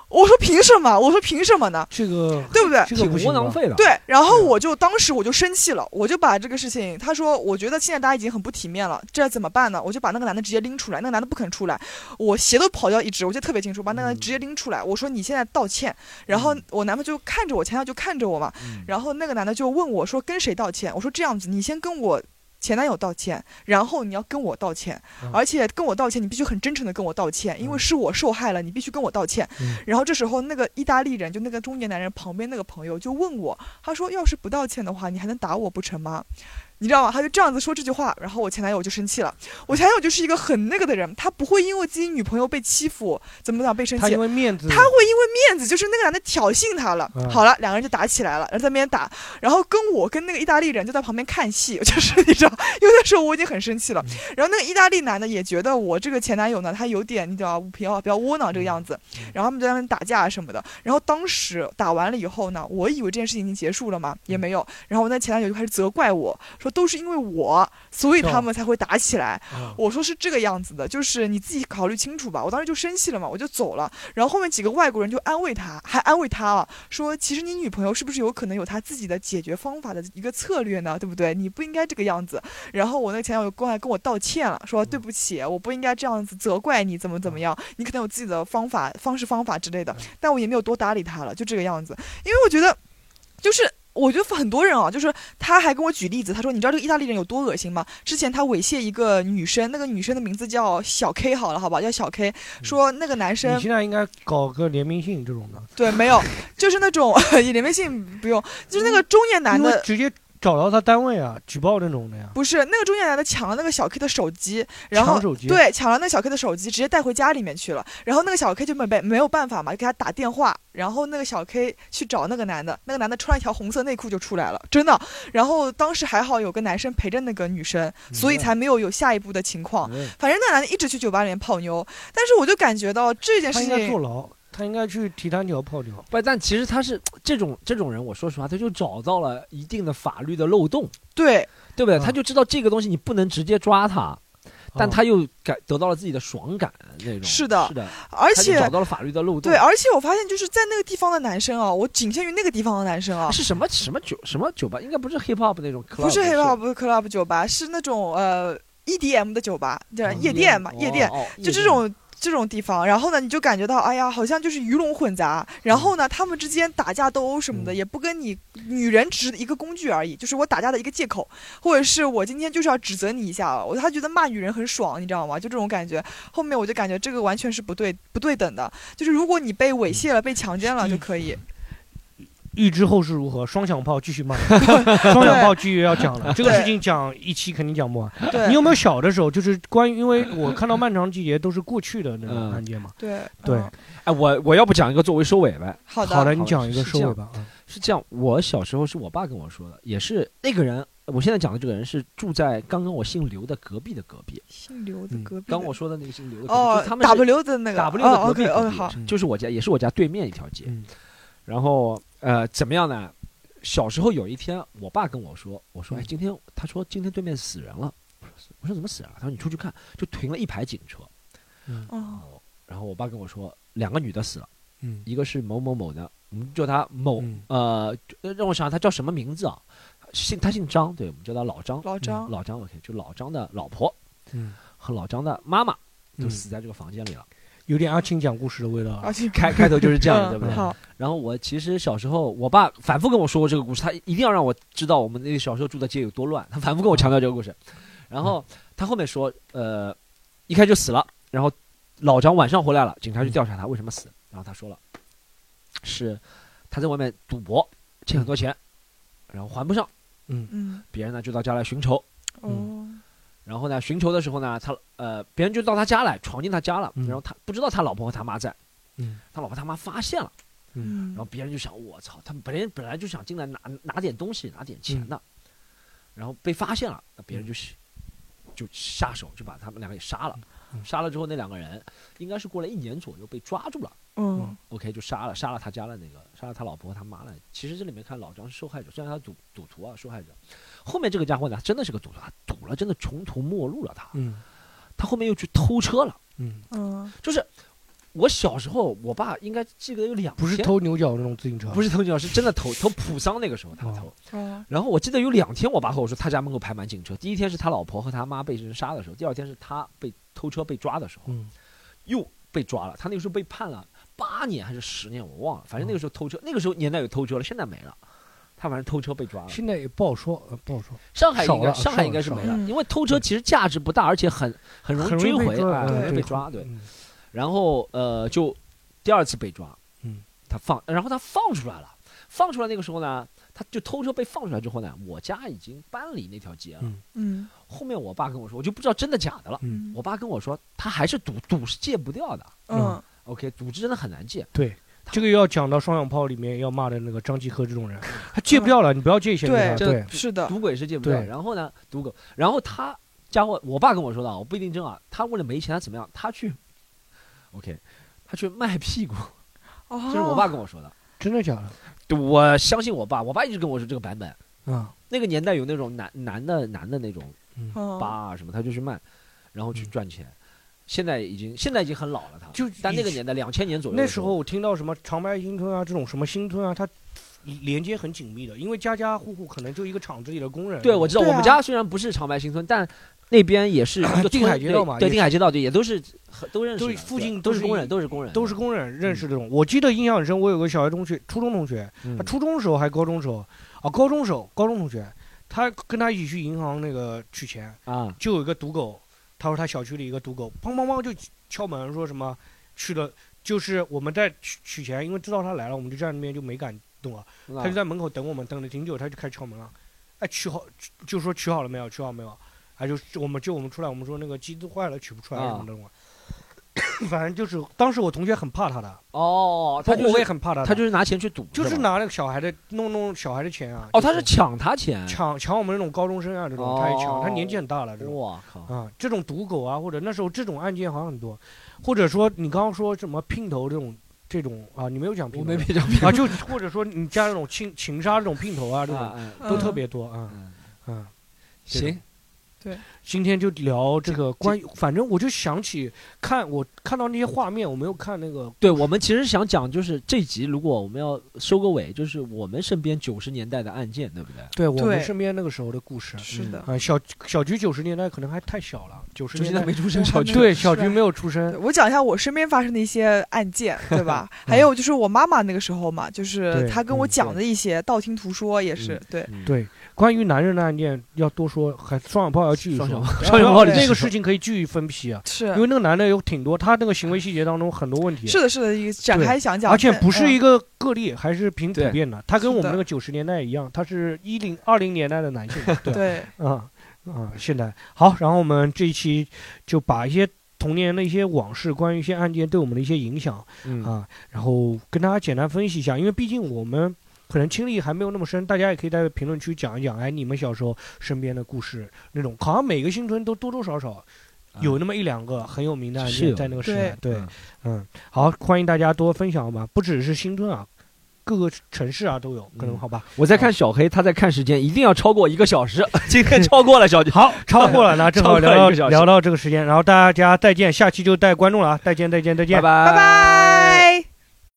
B: 我说凭什么？我说凭什么呢？
A: 这个
B: 对不对？
A: 这个
C: 挺
A: 不行
C: 窝
A: 吧
C: 囊废的，，
B: 对，然后
A: 对啊
B: 我就当时我就生气了，我就把这个事情，他说，我觉得现在大家已经很不体面了，这怎么办呢？我就把那个男的直接拎出来，那个男的不肯出来，我鞋都跑掉一只，我记得特别清楚，把那个男的直接拎出来，我说你现在道歉，然后我男朋友就看着我，前男友就看着我嘛，
C: 嗯
B: 然后那个男的就问我说跟谁道歉？我说这样子，你先跟我。前男友道歉，然后你要跟我道歉，
A: 嗯
B: 而且跟我道歉，你必须很真诚的跟我道歉，因
A: 嗯
B: 为是我受害了，你必须跟我道歉。
A: 嗯
B: 然后这时候那个意大利人，就那个中年男人旁边那个朋友就问我，他说要是不道歉的话，你还能打我不成吗？你知道吗？他就这样子说这句话，然后我前男友就生气了。我前男友就是一个很那个的人，他不会因为自己女朋友被欺负怎么讲被生
A: 他
B: 气
A: 因，为面子，
B: 他会因为面子，就是那个男的挑衅他了。
A: 嗯
B: 好了，两个人就打起来了，然后在那边打，然后跟我跟那个意大利人就在旁边看戏， <laughs> 就是你知道，因为那时候我已经很生气了。然后那个意大利男的也觉得我这个前男友呢，他有点你知道比较比较窝囊这个样子，然后他们就在那边打架什么的。然后当时打完了以后呢，我以为这件事情已经结束了嘛，也没有。然后我那前男友就开始责怪我说都是因为我，所以
A: 是吧
B: 他们才会打起来。
A: 啊
B: 我说是这个样子的，就是你自己考虑清楚吧。我当时就生气了嘛，我就走了。然后后面几个外国人就安慰他，还安慰他了，说其实你女朋友是不是有可能有她自己的解决方法的一个策略呢？对不对？你不应该这个样子。然后我那个前男友过来跟我道歉了，说对不起，我不应该这样子责怪你，怎么怎么样，你可能有自己的方法、方式、方法之类的。但我也没有多搭理他了，就这个样子。因为我觉得，就是我觉得很多人啊，就是他还跟我举例子，他说你知道这个意大利人有多恶心吗？之前他猥亵一个女生，那个女生的名字叫小 K 好了，好吧，叫小 K，说那个男生
A: 你现在应该搞个联名信这种的，
B: 对没有，就是那种 <laughs> 也连微信不用，就是那个中年男
A: 嗯因为
B: 的。
A: 直接找到他单位啊，举报那种的呀。
B: 不是那个中年男的抢了那个小 K 的手机，然后
A: 抢手机
B: 对抢了那个小 K 的手机，直接带回家里面去了。然后那个小 K 就没没没有办法嘛，给他打电话。然后那个小 K 去找那个男的，那个男的穿了一条红色内裤就出来了，真的。然后当时还好有个男生陪着那个女生，所以才没有有下一步的情况。
A: 嗯
B: 反正那个男的一直去酒吧里面泡妞，但是我就感觉到这件
A: 他
B: 事
A: 应该坐
B: 情，
A: 牢，他应该去提单条泡妞。
C: 不，但其实他是这种这种人，我说实话，他就找到了一定的法律的漏洞，
B: 对
C: 对不对？
A: 嗯
C: 他就知道这个东西你不能直接抓他，但
A: 啊
C: 他又感得到了自己的爽感那种。
B: 嗯是的
C: 是的，
B: 而
C: 他就找
B: 且
C: 到了法律的漏洞。
B: 对，啊而且我发现就是在那个地方的男生啊，我仅限于那个地方的男生啊，
C: 哎是什么什么酒什么酒吧？应该不是 hip hop 那种 club，
B: 不是 hip hop club 酒吧，是那种呃 EDM 的酒吧，对、
A: 嗯
B: 夜店嘛，夜店，
C: 哦
B: 就这。
C: 哦夜店
B: 种。这种地方，然后呢，你就感觉到，哎呀，好像就是鱼龙混杂。然后呢，他们之间打架斗殴什么的，
A: 嗯
B: 也不跟你女人只是一个工具而已，就是我打架的一个借口，或者是我今天就是要指责你一下。我他觉得骂女人很爽，你知道吗？就这种感觉。后面我就感觉这个完全是不对不对等的，就是如果你被猥亵了、被强奸了就可以。
A: 预知后事如何，双响炮继续骂，双响炮继续要讲了。这个
B: 对
A: 事情讲一期肯定讲不完。你
B: 对
A: 有没有小的时候，就是关于，因为我看到漫长季节都是过去的那种
C: 嗯
A: 案件嘛。
B: 对
A: 对
B: 嗯
C: 哎，我我要不讲一个作为收尾呗？
B: 好的
A: 好
B: 的
A: 的，你讲一个收尾吧。啊
C: 是这样，我小时候是我爸跟我说的，也是那个人，我现在讲的这个人是住在刚刚我姓刘的隔壁的隔壁，
B: 姓刘的
A: 嗯
B: 隔壁的
C: 刚我说的那个姓刘的隔壁，
B: 哦
C: 就是他们是
B: W 的那个哦
C: W 的隔壁
B: OK
C: 隔
B: OK
C: 壁
B: 好，
A: 嗯
C: 就是我家，也是我家对面一条街。
A: 嗯
C: 然后呃，怎么样呢？小时候有一天，我爸跟我说，我说，哎，
A: 嗯
C: 今天他说今天对面死人了，我说怎么死人了？他说你出去看，就停了一排警车。
A: 嗯
C: 然
B: 哦，
C: 后然后我爸跟我说，两个女的死了，
A: 嗯
C: 一个是某某某的，我们叫他某、
A: 嗯
C: 呃，就让我想想他叫什么名字啊？姓他姓张，对，我们叫他老张。
B: 老张，
C: 嗯老张 OK，就老张的老婆
A: 嗯，
C: 和老张的妈妈
A: 嗯
C: 都死在这个房间
A: <laughs>
C: 里了。
A: 有点阿青讲故事的味道啊
B: 而。且
C: 开开头就是这样的，对不对？
B: 嗯好，
C: 然后我其实小时候，我爸反复跟我说过这个故事，他一定要让我知道我们那个小时候住的街有多乱，他反复跟我强调这个故事。然后他后面说，呃，一开始就死了，然后老张晚上回来了，警察就调查他为什么死，然后他说了，是他在外面赌博欠很多钱，然后还不上，
A: 嗯
B: 嗯，
C: 别人呢就到家来寻仇，
B: 哦，
C: 嗯然后呢寻仇的时候呢，他呃别人就到他家来闯进他家了，
A: 嗯
C: 然后他不知道他老婆和他妈在，
A: 嗯
C: 他老婆他妈发现了。
B: 嗯
C: 然后别人就想，我操，他们本来本来就想进来拿拿点东西，拿点
A: 嗯
C: 钱的，然后被发现了，那别人就喜就下手就把他们两个给杀了，
A: 嗯
C: 杀了之后那两个人应该是过了一年左右被抓住了
B: 嗯
C: ，OK 就杀了杀了他家的那个，杀了他老婆和他妈了。其实这里面看老张是受害者，虽然他赌赌徒啊受害者，后面这个家伙呢真的是个赌徒，他赌了真的穷途末路了他，
A: 嗯
C: 他后面又去偷车了，
A: 嗯，
B: 嗯，
C: 就是我小时候我爸应该记得有两
A: 不是
C: 天
A: 偷牛角那种自行车，
C: 不是偷鸟，是真的偷偷普桑那个时候他偷
A: 哦。
B: 哦，
C: 然后我记得有两天，我爸和我说他家门口排满警车。第一天是他老婆和他妈被人杀的时候，第二天是他被偷车被抓的时候，
A: 嗯
C: 又被抓了。他那个时候被判了八年还是十年，我忘了。反正
A: 哦
C: 那个时候偷车，那个时候年代有偷车了，现在没了。他反正偷车被抓了。
A: 现在也不好说，呃不好说，
C: 上海应
A: 少
C: 该
A: 了
C: 上海应该是
A: 少
C: 没
A: 了
C: 了，
B: 少了
C: 因为偷车其实价值不大，而且很很容易
A: 很
C: 追
A: 容易
C: 回，
A: 被抓嗯
C: 哎容易被
A: 对
C: 抓对。
A: 嗯
C: 然后呃，就第二次被抓，
A: 嗯，
C: 他放，然后他放出来了，放出来那个时候呢，他就偷车被放出来之后呢，我家已经搬离那条街了。
A: 嗯
B: 嗯
C: 后面我爸跟我说，我就不知道真的假的了。
A: 嗯，
C: 我爸跟我说，他还是赌，赌是戒不掉的。
B: 嗯，
C: OK，赌是真的很难戒。
A: 对。这个又要讲到双响炮里面要骂的那个张继科这种人，他戒不掉了，你不要戒钱给他。
C: 对
A: 啊对，
B: 是的，
C: 赌鬼是戒不掉的。
A: 对
C: 然后呢，赌狗，然后他家伙，我爸跟我说的啊，我不一定真啊。他为了没钱，他怎么样？他去，OK，他去卖屁股，
A: 啊
B: 哦，
C: 这是我爸跟我说的。
A: 真的假的？
C: 对我相信我爸，我爸一直跟我说这个版本。
A: 啊，
C: 那个年代有那种男男的男的那种
A: 嗯，
B: 嗯
C: 吧啊什么，他就去卖，然后去
A: 嗯
C: 赚钱。现在已经现在已经很老了，他
A: 就
C: 但那个
A: 以
C: 年代两千年左右的
A: 那时候我听到什么长白新村啊，这种什么新村啊，它连接很紧密的，因为家家户户可能就一个厂子里的工人。
C: 对，我知道、
B: 对啊
C: 我们家虽然不是长白新村，但那
A: <clears throat>
C: 边也是一个
A: 定
C: 村
A: 海街道嘛
C: 对，
A: 也
C: 对定海街道对，也都是很都认识
A: 都
C: 的，
A: 是附
C: 对
A: 近
C: 都
A: 都
C: 是
A: 是
C: 工
A: 一
C: 人，都是工人，
A: 都是工人认识这种。我记得印象很深，我有个小学同学，初中同学，
C: 嗯
A: 他初中时候还高中时候，啊，高中时候高中同学，他跟他一起去银行那个取钱，
C: 啊，
A: 就有一个赌狗，他说他小区里一个赌狗，砰砰砰就敲门说什么去了，就是我们在取取钱，因为知道他来了，我们就站那边就没敢动啊，他就在门口等我们，等了挺久，他就开始敲门了，哎，取好就说取好了没有，取好没有，哎，就我们就我们出来，我们说那个机子坏了取不出来
C: 啊
A: 什么的嘛。 <coughs> 反正就是，当时我同学很怕他的，
C: 哦，他
A: 包括
C: 就
A: 我也
C: 是
A: 很怕他的。
C: 他就是拿钱去赌，
A: 就是
C: 吧
A: 拿那个小孩的弄弄小孩的钱啊。
C: 哦，
A: 就
C: 他是抢他钱，
A: 抢抢我们这种高中生啊，这种
C: 哦
A: 他也抢，他年纪很大了，这种
C: 我靠，
A: 啊，这种赌狗啊，或者那时候这种案件好像很多，或者说你刚刚说什么姘头这种这种啊，你没有讲姘
C: 我
A: 头
C: 没
A: 吧
C: 被讲骗
A: 啊，就或者说你加那种情情杀这种姘头啊，这种
C: 啊
A: 都
B: 嗯
A: 特别多啊
C: 嗯
A: 啊。这种
C: 行，
A: 今天就聊这个关于，反正我就想起看我看到那些画面，我没有看那个
C: 对我们其实想讲就是这集，如果我们要收个尾，就是我们身边九十年代的案件，对不对？
A: 对我们
B: 对
A: 身边那个时候的故事
B: 是的。
A: 啊。小小菊九十年代可能还太小了，九十
C: 九十
A: 年
C: 年代
A: 代
C: 没出生，小区
B: 我还没
A: 对，小菊没有出
B: 对
C: 嗯
A: 生，
B: 我讲一下我身边发生的一些案件，对
C: <laughs>
B: 吧？还有就是我妈妈那个时候嘛，就是
A: 对
B: 她跟我讲的一些道听途说，也是
C: 嗯
B: 对。
C: 嗯
A: 对。关于男人的案件要多说，还双响炮要继续说
C: 双。响炮，
A: 双
C: 双响炮里
B: 对
A: 那个
C: 是
A: 事情可以继续分批啊，
B: 是
A: 因为那个男的有挺多，他那个行为细节当中很多问题，
B: 是的，是的，一个展
A: 对
B: 开想讲，嗯
A: 而且不是一
B: 个
A: 个个例，还嗯是挺普
C: 对
A: 遍的。他跟我
B: 是的
A: 们那个九十年代一样，他是一零二零年代的男性，对
B: 对
A: 啊啊，现在好，然后我们这一期就把一些童年的一些往事，关于一些案件对我们的一些影响
C: 嗯
A: 啊，然后跟大家简单分析一下，因为毕竟我们可能经历还没有那么深，大家也可以在评论区讲一讲，哎，你们小时候身边的故事那种，好像每个新村都多多少少
C: 啊
A: 有那么一两个很有名的案
C: 嗯是有
A: 件在那个时代，
C: 对
A: 对，嗯，好，欢迎大家多分享吧，不只是新村啊。各个城市啊都有可能，
C: 嗯
A: 好吧？
C: 我在看小黑，他在看时间，一定要超过一个小时。今天超过了，小姐。 <laughs>
A: 好，超过了，那正好
C: 超过
A: 聊
C: 了
A: 到
C: 一个小时
A: 聊到这个时间，然后大家再见，下期就带观众了啊，再见，再见，再见
C: 拜拜，。
B: 拜拜。